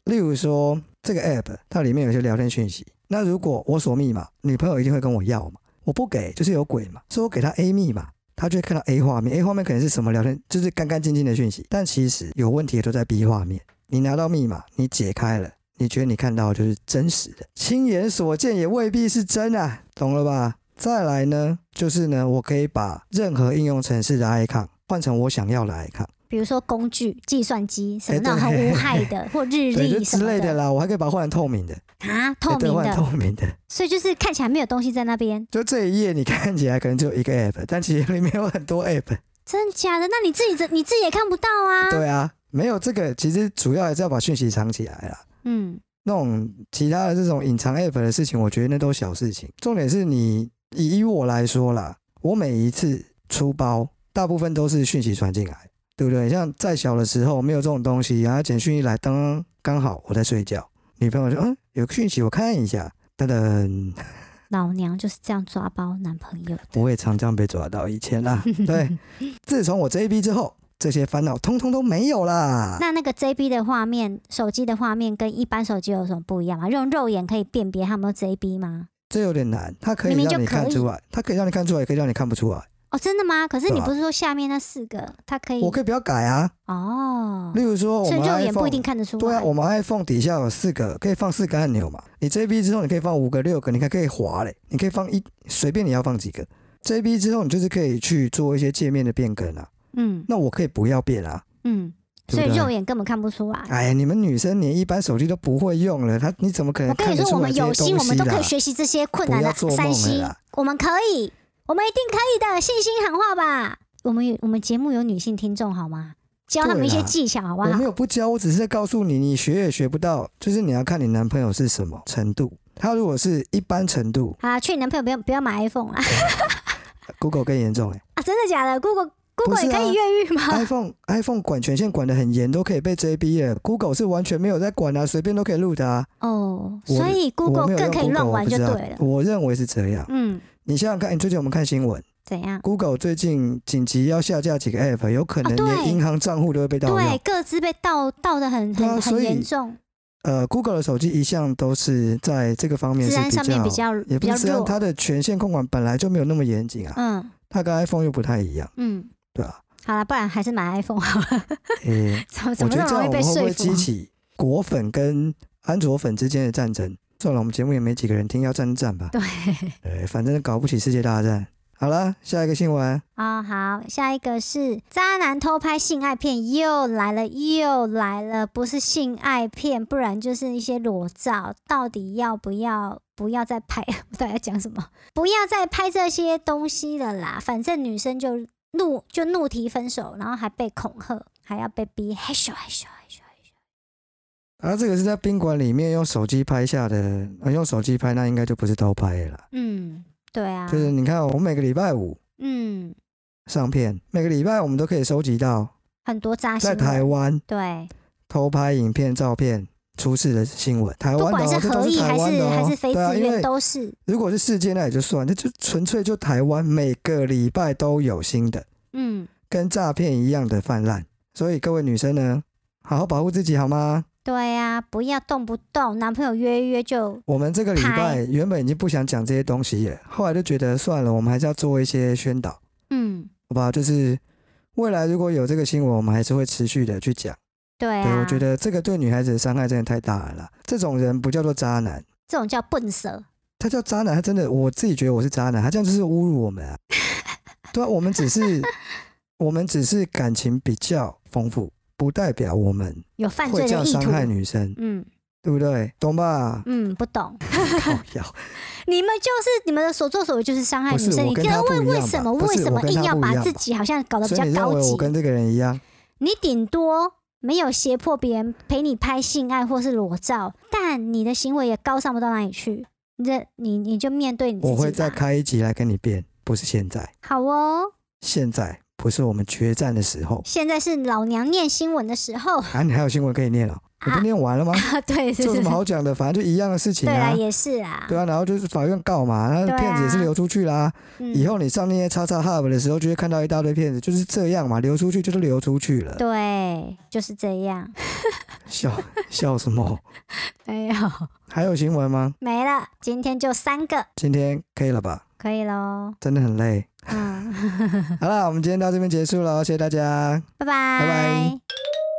A: 例如说，这个 app 它里面有一些聊天讯息，那如果我锁密码，女朋友一定会跟我要嘛，我不给就是有鬼嘛，所以我给她 A 密码，她就会看到 A 画面，A 画面可能是什么聊天，就是干干净净的讯息，但其实有问题的都在 B 画面。你拿到密码，你解开了，你觉得你看到的就是真实的，亲眼所见也未必是真啊，懂了吧？再来呢，就是呢，我可以把任何应用程式的 icon 换成我想要的 icon。
B: 比比如说工具、计算机什么那种
A: 哎对
B: 很无害 的，或
A: 对，
B: 日
A: 就
B: 历什
A: 之
B: 么
A: 类的啦。我还可以把它换成透明的，
B: 啊，
A: 哎
B: 透
A: 对
B: 明
A: 换成
B: 的，
A: 透明的。
B: 所以就是看起来没有东西在那边，
A: 就这一页你看起来可能只有一个 app，但其实里面有很多 app。
B: 真的假的？那你自己怎你自己也看不到啊？
A: 对啊，没有这个，其实主要还是要把讯息藏起来啦。
B: 嗯，
A: 那种其他的这种隐藏 app 的事情，我觉得那都小事情。重点是你以以我来说啦，我每一次出包，大部分都是讯息传进来，对不对？像再小的时候没有这种东西，然后简讯一来，当刚好我在睡觉，女朋友就嗯有个讯息，我看一下，等等，
B: 老娘就是这样抓包男朋友的。
A: 我也常这样被抓到以前 啦。对，自从我这一批之后，这些烦恼通通都没有啦。
B: 那那个 JB 的画面，手机的画面跟一般手机有什么不一样吗？用肉眼可以辨别它有没有 JB 吗？
A: 这有点难，它可以
B: 明明
A: 让
B: 就
A: 你看
B: 可以
A: 出来，它可以让你看出来，也可以让你看不出来。
B: 哦，真的吗？可是
A: 对
B: 你
A: 啊
B: 不是说下面那四个，它可以
A: 我可以不要改啊，
B: 哎哦，
A: 例如说我
B: 所以
A: 们
B: 肉眼
A: iPhone，
B: 不一定看得出来。
A: 对啊，我们 iPhone 底下有四个，可以放四个按钮嘛。你 JB 之后，你可以放五个、六个，你还可以滑嘞，你可以放一随便你要放几个。JB 之后，你就是可以去做一些界面的变更啊。
B: 嗯
A: 那我可以不要变啊。
B: 嗯，
A: 对
B: 所
A: 不
B: 以
A: 对
B: 肉眼根本看不出来。
A: 哎呀，你们女生连一般手机都不会用了，她你怎么可能
B: 我跟
A: 看
B: 你
A: 得
B: 说，我
A: 出来
B: 们
A: 这
B: 有
A: 些
B: 心，
A: 东
B: 我们
A: 西
B: 都可以
A: 啦？
B: 学习这些困
A: 不
B: 难
A: 要
B: 的
A: 做梦了
B: 三星
A: 啦，
B: 我们可以，我们一定可以的，信心喊话吧。我们有我们节目有女性听众好吗？教他们一
A: 对
B: 些
A: 啦
B: 技巧好不
A: 我
B: 好
A: 没？有不教，我只是在告诉你，你学也学不到，就是你要看你男朋友是什么程度。他如果是一般程度
B: 好啦，劝你男朋友不要不要买 iPhone 啦！
A: ，Google 更严重哎、
B: 啊，真的假的？Google
A: 不
B: Google
A: 是
B: 也
A: 啊
B: 可以越狱吗？
A: iPhone iPhone 管权限管得很严，都可以被 JB 了。Google 是完全没有在管啊，随便都可以录的啊。
B: 哦，
A: 我
B: 所以 Google
A: 我没有
B: 更
A: 用
B: 可以
A: Google，
B: 乱
A: 我
B: 玩
A: 不
B: 就
A: 知道
B: 对了。
A: 我认为是这样。
B: 嗯，
A: 你想想看，你欸最近我们看新闻
B: 怎样？
A: ，Google 最近紧急要下架几个 App，有可能
B: 哦对
A: 连银行账户都会被盗用。
B: 对，各自被盗盗的很
A: 对啊
B: 很
A: 所
B: 很
A: 以
B: 严重，
A: 呃，Google 的手机一向都是在这个方面
B: 治
A: 是
B: 安上面比
A: 较。
B: 较
A: 也不
B: 比较
A: 是这样，
B: 弱。
A: 它的权限控管本来就没有那么严谨啊，
B: 嗯
A: 它跟 iPhone 又不太一样，
B: 嗯，
A: 对吧、
B: 好了，不然还是买 iPhone 好了。
A: 诶、
B: 怎么怎
A: 我
B: 么
A: 觉得这
B: 那么
A: 样
B: 容易
A: 我们
B: 被
A: 会不
B: 说
A: 会激
B: 服？啊
A: 起果粉跟安卓粉之间的战争？算了，我们节目也没几个人听，要战就战吧。
B: 对，
A: 呃，反正搞不起世界大战。好了，下一个新闻，
B: 哦，好，下一个是渣男偷拍性爱片又来了，又来了，不是性爱片，不然就是一些裸照，到底要不要？不要再拍， 我到底要讲什么？不要再拍这些东西了啦！反正女生就怒就怒提分手，然后还被恐吓，还要被逼害羞害羞害羞。
A: 啊，这个是在宾馆里面用手机拍下的，呃、用手机拍那应该就不是偷拍了啦。
B: 嗯，对啊，
A: 就是你看，我每个礼拜五
B: 嗯，
A: 上片，每个礼拜我们都可以收集到
B: 很多渣啊新
A: 在台
B: 闻，
A: 湾
B: 对，
A: 偷拍影片、照片出事的新闻。台
B: 不
A: 湾的、
B: 管
A: 哦，这
B: 合
A: 都
B: 意
A: 台
B: 还
A: 湾
B: 是、
A: 的、哦，
B: 还是非
A: 对啊，
B: 自
A: 因为
B: 愿，都是，
A: 如果是世界那也就算，那就纯粹就台湾每个礼拜都有新的，
B: 嗯。
A: 跟诈骗一样的泛滥。所以各位女生呢，好好保护自己好吗？
B: 对呀、不要动不动男朋友约一约就
A: 我们这个礼拜
B: 嗨
A: 原本已经不想讲这些东西了，后来就觉得算了，我们还是要做一些宣导，
B: 嗯，
A: 好吧？就是未来如果有这个新闻，我们还是会持续的去讲。
B: 对
A: 对，
B: 啊，
A: 我觉得这个对女孩子的伤害真的太大了啦。这种人不叫做渣男，
B: 这种叫笨蛇。
A: 他叫渣男，他真的，我自己觉得我是渣男，他这样就是侮辱我们 啊。对啊，我们只是我们只是感情比较丰富，不代表我们
B: 有犯
A: 会
B: 罪
A: 这
B: 的
A: 样
B: 意
A: 伤
B: 图，
A: 害女生，
B: 嗯？
A: 对不对？懂吧
B: 嗯，不懂，
A: 靠腰
B: 你们就是你们的所作所为就是伤害
A: 不
B: 女
A: 是
B: 生，
A: 我
B: 你
A: 跟
B: 要
A: 他不
B: 问
A: 一
B: 为
A: 样
B: 什
A: 吧？
B: 么
A: 不
B: 为
A: 是
B: 什
A: 我
B: 么
A: 跟
B: 硬
A: 他
B: 要
A: 不一
B: 把
A: 样
B: 自
A: 吧？
B: 己好像搞得比
A: 所以
B: 较
A: 你认
B: 高
A: 为
B: 级
A: 我？跟这个人一样？
B: 你顶多没有胁迫别人陪你拍性爱或是裸照，但你的行为也高尚不到哪里去。那你你就面对你自己
A: 我
B: 吧。
A: 会再开一集来跟你辩，不是现在，
B: 好哦，
A: 现在不是我们决战的时候
B: 现在是老娘念新闻的时候
A: 啊！你还有新闻可以念哦，我都念完了吗？
B: 啊，对，
A: 这
B: 是
A: 有什么
B: 是是，
A: 好讲的？反正就一样的事情
B: 对啦，
A: 啊。
B: 也是啦，
A: 对啊，然后就是法院告嘛，那
B: 对啊
A: 骗子也是流出去啦。
B: 嗯
A: 以后你上那些叉叉 hub 的时候，就会看到一大堆骗子，就是这样嘛，流出去就是流出去了。
B: 嗯对，就是这 样。
A: 笑笑什么？哎
B: 没有，
A: 还有新闻吗？
B: 没了，今天就三个，
A: 今天可以了吧？
B: 可以喽。
A: 真的很累。
B: 嗯，
A: 好啦，我们今天到这边结束了，谢谢大家。
B: 拜拜。
A: 拜